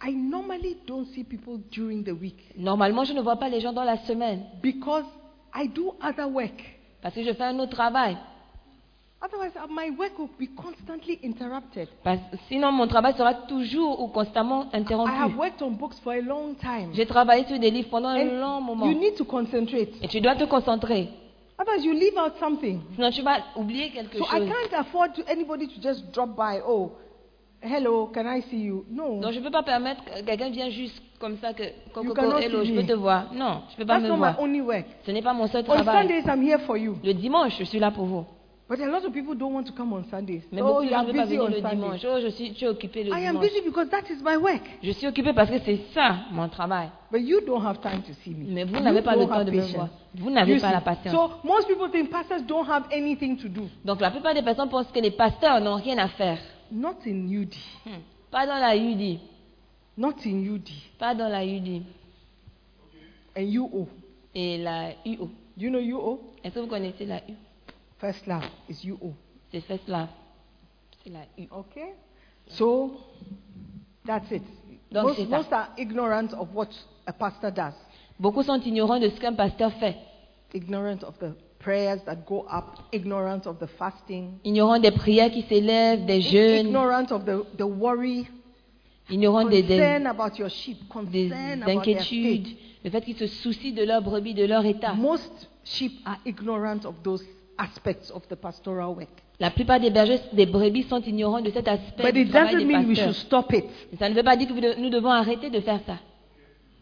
S5: I normally don't see people during the week
S6: Normalement, je ne vois pas les gens dans la semaine
S5: because I do other work.
S6: parce que je fais un autre travail.
S5: Otherwise, uh, my work will be constantly interrupted.
S6: Parce- sinon, mon travail sera toujours ou constamment
S5: I have
S6: interrompu.
S5: worked on books for a long time.
S6: J'ai travaillé sur des livres pendant un
S5: And
S6: long moment.
S5: you need to concentrate.
S6: Et tu dois te concentrer.
S5: Otherwise, you leave out something.
S6: Sinon, tu vas oublier quelque
S5: So I
S6: chose.
S5: can't afford to anybody to just drop by. Oh, hello, can I see you?
S6: Donc,
S5: No,
S6: je ne peux pas permettre que quelqu'un vienne juste comme ça que, co-
S5: You
S6: co- co-
S5: cannot
S6: hello,
S5: see
S6: je
S5: me.
S6: peux te voir. Non, je ne peux pas
S5: that's
S6: me
S5: not my
S6: voir.
S5: only work.
S6: Ce n'est pas mon seul
S5: On
S6: travail.
S5: Sundays, I'm here for you.
S6: Le dimanche, je suis là pour vous.
S5: But a lot of people don't want to come on Sundays.
S6: Mais
S5: Oh,
S6: beaucoup de
S5: you
S6: gens
S5: are
S6: ne veulent pas
S5: busy
S6: venir
S5: on
S6: le
S5: Sundays.
S6: dimanche. Oh, je suis, tu es occupé le
S5: I am
S6: dimanche.
S5: busy because that is my work.
S6: Je suis occupé parce que c'est ça mon travail.
S5: But you don't have time to see me.
S6: Mais vous
S5: You
S6: n'avez pas le
S5: don't
S6: temps
S5: have
S6: de me
S5: patience.
S6: voir. Vous n'avez
S5: You
S6: pas la
S5: see.
S6: patience.
S5: So most people think pastors don't have anything to do.
S6: Donc la plupart des personnes pensent que les pasteurs n'ont rien à faire.
S5: Not in UD.
S6: Hmm. Pas dans la UD.
S5: Not in UD.
S6: Pas dans la UD.
S5: And UO.
S6: Et la UO.
S5: Do you know UO?
S6: Est-ce que vous connaissez la U
S5: First love is UO.
S6: C'est fait cela. C'est la U.
S5: Okay? So that's it.
S6: Donc,
S5: most,
S6: c'est ça.
S5: most are ignorant of what a pastor does.
S6: Beaucoup sont ignorants de ce qu'un pasteur fait.
S5: Ignorant of the prayers that go up, ignorant of the fasting,
S6: Ignorants des prières qui s'élèvent, des jeûnes,
S5: ignorant of the, the worry,
S6: ignorants des, des,
S5: concern about your sheep,
S6: des
S5: concern about their
S6: inquiétudes,
S5: state.
S6: le fait qu'ils se soucient de leur brebis, de leur état.
S5: Most sheep are ignorant of those aspects of the pastoral work.
S6: La plupart des bergers des brebis sont ignorants de cet aspect
S5: But
S6: du
S5: it
S6: travail
S5: doesn't
S6: des
S5: mean we
S6: pasteurs.
S5: should stop it.
S6: Mais Ça ne veut pas dire que vous de- nous devons arrêter de faire ça.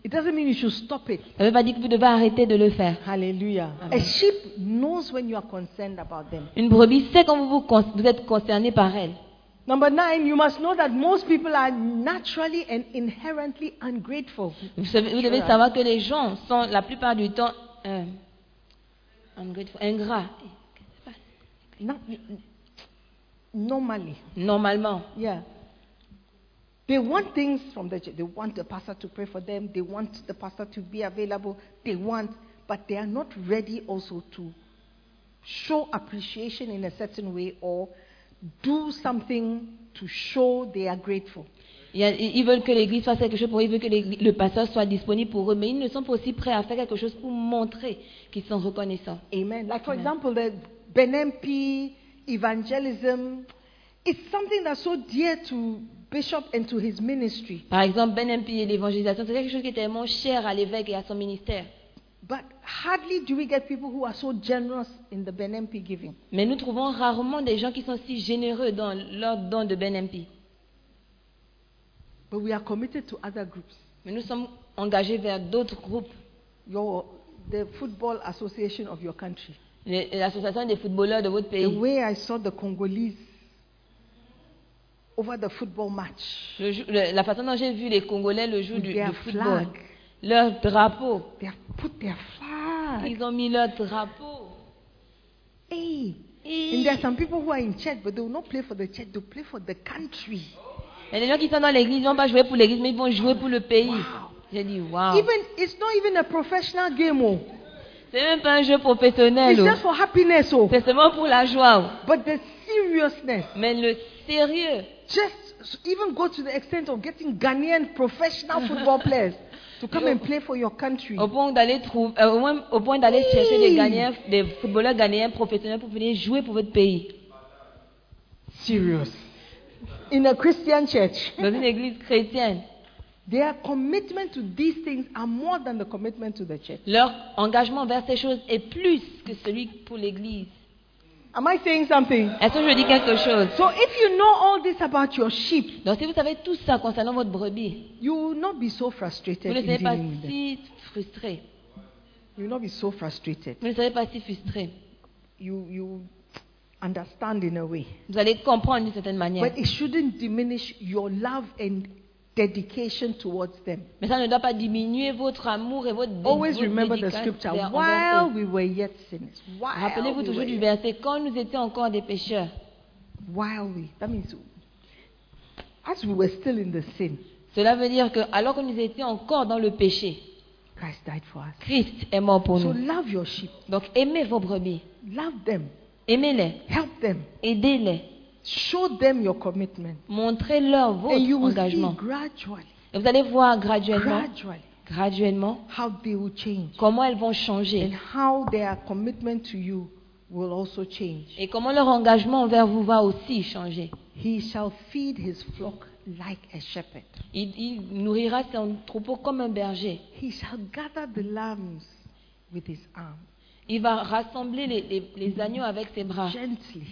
S5: It doesn't mean you should stop it.
S6: Ça ne veut pas dire que vous devez arrêter de le faire.
S5: Hallelujah.
S6: Amen.
S5: A sheep knows when you are concerned about them.
S6: Une brebis sait quand vous, vous, con- vous êtes concerné par elle.
S5: Number nine, you must know that most people are naturally and inherently ungrateful.
S6: Vous, savez- vous devez savoir que les gens sont la plupart du temps euh, ungrateful- ingrats.
S5: Na- normally,
S6: Normalement,
S5: yeah. They want things from the church. They want the pastor to pray for them. They want the pastor to be available. They want, but they are not ready also to show appreciation in a certain way or do something to show they are grateful.
S6: il y a- ils veulent que l'Église fasse quelque chose pour eux, ils veulent que l'Église- le pasteur soit disponible pour eux, mais ils ne sont pas aussi prêts à faire quelque chose pour montrer qu'ils sont reconnaissants.
S5: Amen. Like, for example, the Benempi evangelism is something that's so dear to Bishop and to his ministry.
S6: Par exemple, Ben MP et l'évangélisation, c'est quelque chose qui est tellement cher à l'évêque et à son ministère.
S5: But hardly do we get people who are so generous in the Benempi giving.
S6: Mais nous trouvons rarement des gens qui sont si généreux dans leur don de Ben MP.
S5: But we are committed to other groups.
S6: Mais nous sommes engagés vers d'autres groupes.
S5: Your, the football association of your country.
S6: Les- L'association des footballeurs de votre
S5: The
S6: pays.
S5: way I saw the Congolese over the football match.
S6: Le jou- le- la façon dont j'ai vu les Congolais le jour
S5: With
S6: du,
S5: their
S6: du football,
S5: flag.
S6: leur drapeau,
S5: They have put their flag.
S6: ils ont mis leur drapeau.
S5: Hey.
S6: Et
S5: And there are some people who are in church, but they will not play for the church, they'll play for the country.
S6: il y a des gens qui sont dans l'église, ils vont pas jouer pour l'église, mais ils vont jouer pour le pays. J'ai dit, waouh.
S5: Even it's not even a professional game, oh.
S6: C'est même pas un jeu professionnel.
S5: It's
S6: oh.
S5: just for happiness, oh.
S6: C'est seulement pour la joie. oh.
S5: But the seriousness,
S6: Mais le sérieux,
S5: just even go to the extent of getting Ghanaian professional football players to come and play for your country.
S6: au point d'aller trouver, euh, au moins- au point d'aller chercher des
S5: Oui.
S6: Ghanéens, des footballeurs ghanéens professionnels pour venir jouer pour votre pays.
S5: Serious. In a Christian church,
S6: Dans une église chrétienne,
S5: their commitment to these things are more than the commitment to the church.
S6: leur engagement vers ces choses est plus que celui pour l'église.
S5: Am I saying something?
S6: Est-ce que je dis quelque chose
S5: So if you know all this about your sheep,
S6: Donc si vous savez tout ça concernant votre brebis,
S5: you will not be so
S6: vous
S5: frustrated
S6: ne
S5: in
S6: serez pas
S5: dealing with them.
S6: si frustré.
S5: You will not be so frustrated.
S6: Vous ne serez pas si frustré.
S5: You you understand in a way.
S6: Vous allez comprendre d'une certaine manière.
S5: But it shouldn't diminish your love and dedication towards them.
S6: Mais ça ne doit pas diminuer votre amour et votre dé-
S5: Always
S6: votre
S5: remember the
S6: dédicace
S5: scripture
S6: envers
S5: while
S6: eux.
S5: we were yet sinners. While
S6: Rappelez-vous
S5: we were
S6: toujours du
S5: yet-
S6: verset quand nous étions encore des pécheurs.
S5: while we. That means as we were still in the sin,
S6: Cela veut dire que alors que nous étions encore dans le péché,
S5: Christ died for us.
S6: Christ est mort pour
S5: So
S6: nous.
S5: love your sheep.
S6: Donc aimez vos brebis,
S5: Love them.
S6: aimez-les,
S5: Help them.
S6: aidez-les,
S5: Show them your commitment.
S6: montrez-leur
S5: And you
S6: votre
S5: will see
S6: engagement.
S5: gradually,
S6: Et vous allez voir graduellement,
S5: gradually
S6: graduellement,
S5: how they will change
S6: comment elles vont
S5: and
S6: changer
S5: how their commitment to you will also change.
S6: et comment leur engagement envers vous va aussi changer.
S5: He shall feed his flock like a shepherd.
S6: Il, il nourrira son troupeau comme un berger.
S5: He shall gather the lambs with his arm
S6: Il va rassembler les, les- les agneaux avec ses bras,
S5: gently,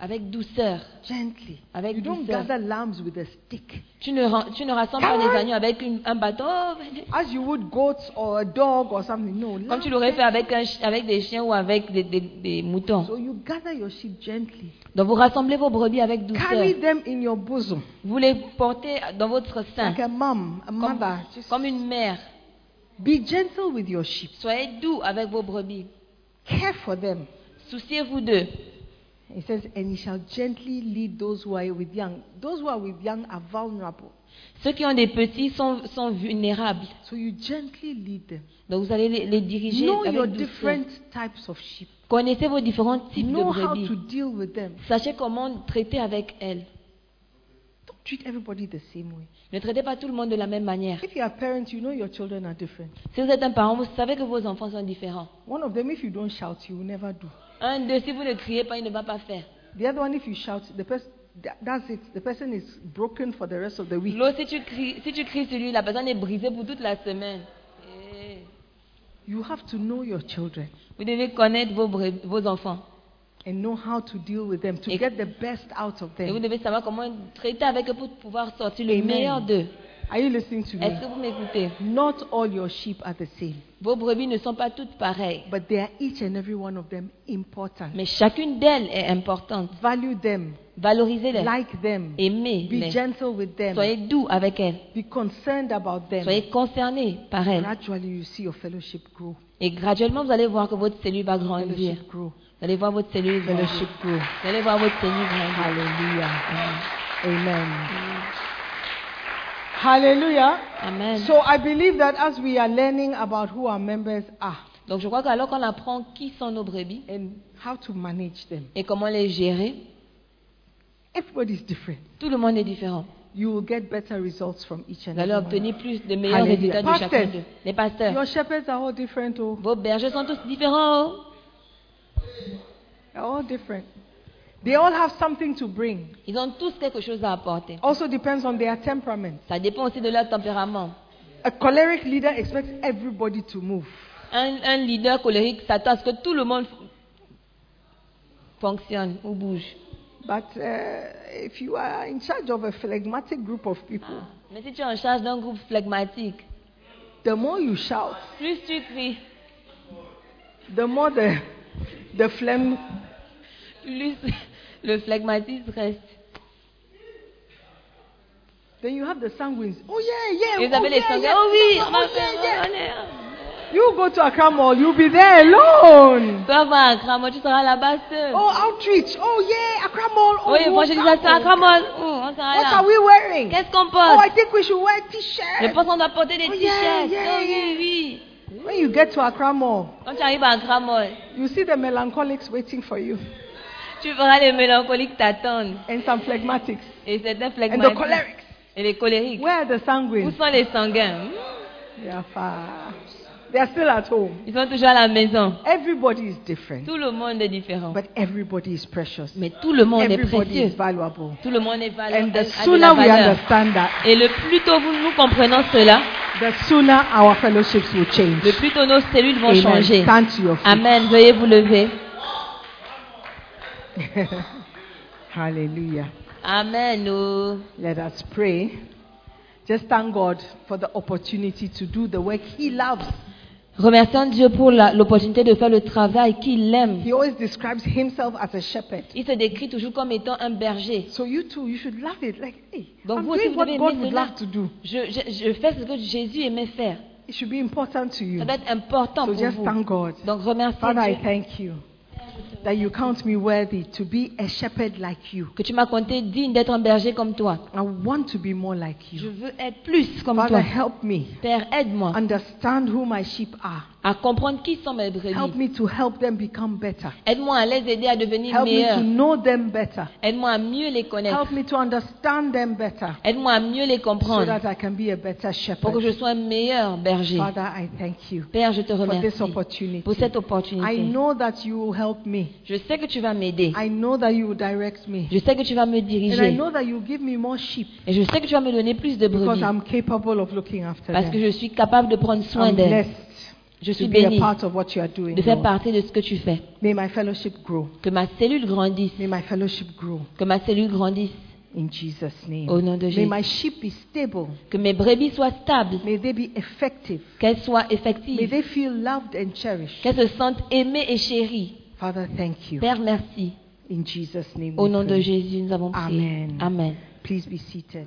S6: avec douceur.
S5: gently.
S6: Avec
S5: You don't
S6: douceur.
S5: gather lambs with a stick.
S6: Tu ne, ran- tu ne rassembles pas les agneaux avec une- un bâton, Oh, venez.
S5: as you would goats or a dog or something. No,
S6: comme
S5: lamb.
S6: tu l'aurais fait avec, un chi- avec des chiens ou avec des, des- des moutons.
S5: So you gather your sheep gently,
S6: Donc vous rassemblez vos brebis avec douceur.
S5: carry them in your bosom
S6: Vous les portez dans votre sein,
S5: like a mom, a
S6: Ah. comme,
S5: mother. Just
S6: comme une mère.
S5: be gentle with your sheep.
S6: Soyez doux avec vos brebis.
S5: Care for them.
S6: Souciez-vous d'eux.
S5: He says, and he shall gently lead those who are with young. Those who are with young are vulnerable.
S6: Ceux qui ont des petits sont, sont vulnérables.
S5: So you gently lead them.
S6: Donc vous allez les, les diriger
S5: Know
S6: avec
S5: your
S6: douceur.
S5: different types of sheep.
S6: Connaissez vos différents types
S5: Know
S6: de
S5: how
S6: brebis.
S5: to deal with them.
S6: Sachez comment traiter avec elles.
S5: Don't treat everybody the same way.
S6: Ne traitez pas tout le monde de la même manière.
S5: If you are a parent, you know your children are different.
S6: Si vous êtes un parent, vous savez que vos enfants sont différents.
S5: One of them, if you don't shout, he will never do.
S6: Un d'eux, si vous ne criez pas, il ne va pas faire.
S5: The other one, if you shout, the person that's it. The person is broken for the rest of the week.
S6: L'autre, si tu cries, si tu cries sur lui, la personne est brisée pour toute la semaine. Eh.
S5: You have to know your children
S6: Vous devez connaître vos, bre- vos enfants.
S5: and know how to deal with them to
S6: Et-
S5: get the best out of
S6: Et vous
S5: them.
S6: devez savoir comment traiter avec eux pour pouvoir sortir le
S5: Amen.
S6: meilleur d'eux.
S5: Are you listening to
S6: Est-ce que
S5: me?
S6: vous m'écoutez
S5: Not all your sheep are the same,
S6: Vos brebis ne sont pas toutes pareilles,
S5: but they are each and every one of them important.
S6: mais chacune d'elles est importante.
S5: Value them,
S6: Valorisez-les,
S5: like them, be
S6: aimez-les,
S5: gentle with them,
S6: soyez doux avec elles,
S5: be concerned about them.
S6: soyez concernés par elles.
S5: Gradually, you see your fellowship grow.
S6: Et graduellement, vous allez voir que votre cellule va grandir.
S5: Fellowship grow.
S6: Vous allez voir votre cellule
S5: Fellowship
S6: grandir.
S5: grow.
S6: Vous allez voir votre cellule grandir.
S5: Hallelujah. Amen. Hallelujah.
S6: Amen.
S5: So I believe that as we are learning about who our members are
S6: Donc je crois qu'alors qu'on apprend qui sont nos brebis
S5: and how to manage them,
S6: et comment les gérer,
S5: everybody's different.
S6: tout le monde est différent.
S5: You will get better results from each and
S6: Vous
S5: every
S6: allez
S5: one.
S6: obtenir plus de meilleurs
S5: Alléluia.
S6: résultats de chacun
S5: Pasteurs.
S6: d'eux. Les pasteurs,
S5: Your shepherds are all different, oh,
S6: vos bergers sont tous différents. oh.
S5: they're all different. They all have something to bring.
S6: Ils ont tous quelque chose à apporter.
S5: Also depends on their temperament.
S6: Ça dépend aussi de leur tempérament.
S5: A choleric leader expects everybody to move.
S6: Un, un leader colérique s'attend à ce que tout le monde fonctionne ou bouge.
S5: But uh, if you are in charge of a phlegmatic group of people,
S6: Mais si tu es en charge d'un groupe flegmatique,
S5: the more you shout,
S6: plus tu cries,
S5: the more the, the phlegm
S6: plus le flegmatisme reste.
S5: Then you have the sanguines. Oh, yeah, yeah.
S6: Et vous
S5: oh,
S6: avez les
S5: yeah,
S6: sanguins.
S5: yeah.
S6: Oh oui,
S5: Oh,
S6: on va
S5: yeah,
S6: faire.
S5: yeah.
S6: on est- on
S5: You go to Accra Mall, you'll be there alone.
S6: peut avoir un cramon, tu seras là-bas seul.
S5: Oh, outreach. Oh, yeah, Accra Mall. Oh,
S6: oui, évangélisation à
S5: Accra Mall.
S6: cramon. Oh, on sera
S5: What
S6: là.
S5: are we wearing?
S6: Qu'est-ce qu'on
S5: Oh, I
S6: porte
S5: think we should wear
S6: Je
S5: t-shirts.
S6: pense qu'on doit porter des
S5: Oh, yeah,
S6: t-shirts.
S5: yeah,
S6: oh oui,
S5: yeah.
S6: oui.
S5: When you get to Accra Mall,
S6: Quand tu arrives à cramon,
S5: you see the melancholics waiting for you
S6: tu verras les mélancoliques t'attendre.
S5: and some phlegmatics
S6: Et certains
S5: and the
S6: flegmatiques.
S5: cholerics.
S6: Et les colériques.
S5: Where are the
S6: Où
S5: sanguines?
S6: sont les sanguins Hmm?
S5: They are far. They are still at home.
S6: Ils sont toujours à la maison.
S5: Everybody is different,
S6: Tout le monde est différent.
S5: but everybody is precious.
S6: Mais tout le monde est
S5: Everybody
S6: précieux.
S5: is valuable.
S6: Tout le monde est valeur.
S5: And the
S6: a- a de la
S5: sooner we
S6: valeur.
S5: understand that,
S6: Et le plus tôt vous- nous comprenons cela,
S5: the sooner our fellowships will change.
S6: le plus tôt nos cellules vont
S5: Amen.
S6: changer.
S5: Stand to your feet.
S6: Amen. Veuillez vous lever.
S5: Hallelujah.
S6: Amen. Oh. Nous,
S5: Let us pray. Just thank God for the opportunity to do the work He loves.
S6: remercions Dieu pour la- l'opportunité de faire le travail qu'il aime.
S5: He always describes Himself as a shepherd.
S6: Il se décrit toujours comme étant un berger.
S5: So you too, you should love it. Like, hey,
S6: Donc
S5: I'm
S6: vous aussi,
S5: doing
S6: vous
S5: what
S6: devez
S5: God
S6: aimer
S5: would
S6: cela.
S5: love to do.
S6: Je, je- je fais ce que Jésus aimait faire.
S5: It should be important to you.
S6: Ça doit être important
S5: So
S6: pour
S5: just
S6: vous.
S5: thank God.
S6: Donc remercie
S5: Father, I
S6: Dieu
S5: thank you that you count me worthy to be a shepherd like you.
S6: que tu m'as compté digne d'être un berger comme toi.
S5: I want to be more like
S6: Je
S5: you.
S6: veux être plus comme
S5: Father,
S6: toi.
S5: help me
S6: Père, aide-moi
S5: understand who my sheep are.
S6: à comprendre qui sont mes brebis.
S5: Help me to help them become better.
S6: Aide-moi à les aider à devenir
S5: Help me
S6: meilleurs.
S5: to know them better.
S6: Aide-moi à mieux les connaître.
S5: Help me to understand them better
S6: Aide-moi à mieux les
S5: so
S6: comprendre
S5: that I can be a better shepherd.
S6: pour que je sois un meilleur berger.
S5: Father, I thank you
S6: Père, je te
S5: for this
S6: remercie
S5: opportunity.
S6: pour cette
S5: I
S6: opportunité.
S5: know that you will help me.
S6: Je sais que tu vas m'aider.
S5: I know that you will direct me.
S6: Je sais que tu vas me
S5: And I
S6: diriger.
S5: know that you will give me more sheep
S6: Et je sais que tu vas me donner plus de
S5: because
S6: brebis
S5: I'm capable of looking after
S6: parce que
S5: them.
S6: je suis capable de prendre soin
S5: I'm
S6: d'elles.
S5: blessed
S6: Je suis
S5: to be a
S6: bénie
S5: part of what you are doing.
S6: de faire
S5: Lord.
S6: partie de ce que tu fais.
S5: May my fellowship grow.
S6: Que ma cellule grandisse.
S5: May my fellowship grow
S6: Que ma cellule grandisse.
S5: in Jesus' name.
S6: Au nom de
S5: May
S6: Jésus.
S5: my sheep be stable.
S6: Que mes brebis soient stables.
S5: May they be effective.
S6: Qu'elles soient
S5: May
S6: effectives.
S5: they feel loved and cherished.
S6: Qu'elles se sentent aimées et chéries.
S5: Father, thank you.
S6: Père, merci.
S5: In Jesus' name.
S6: Au
S5: we
S6: nom de
S5: pray.
S6: Jésus, nous avons prié.
S5: Amen.
S6: Amen.
S5: Please be seated.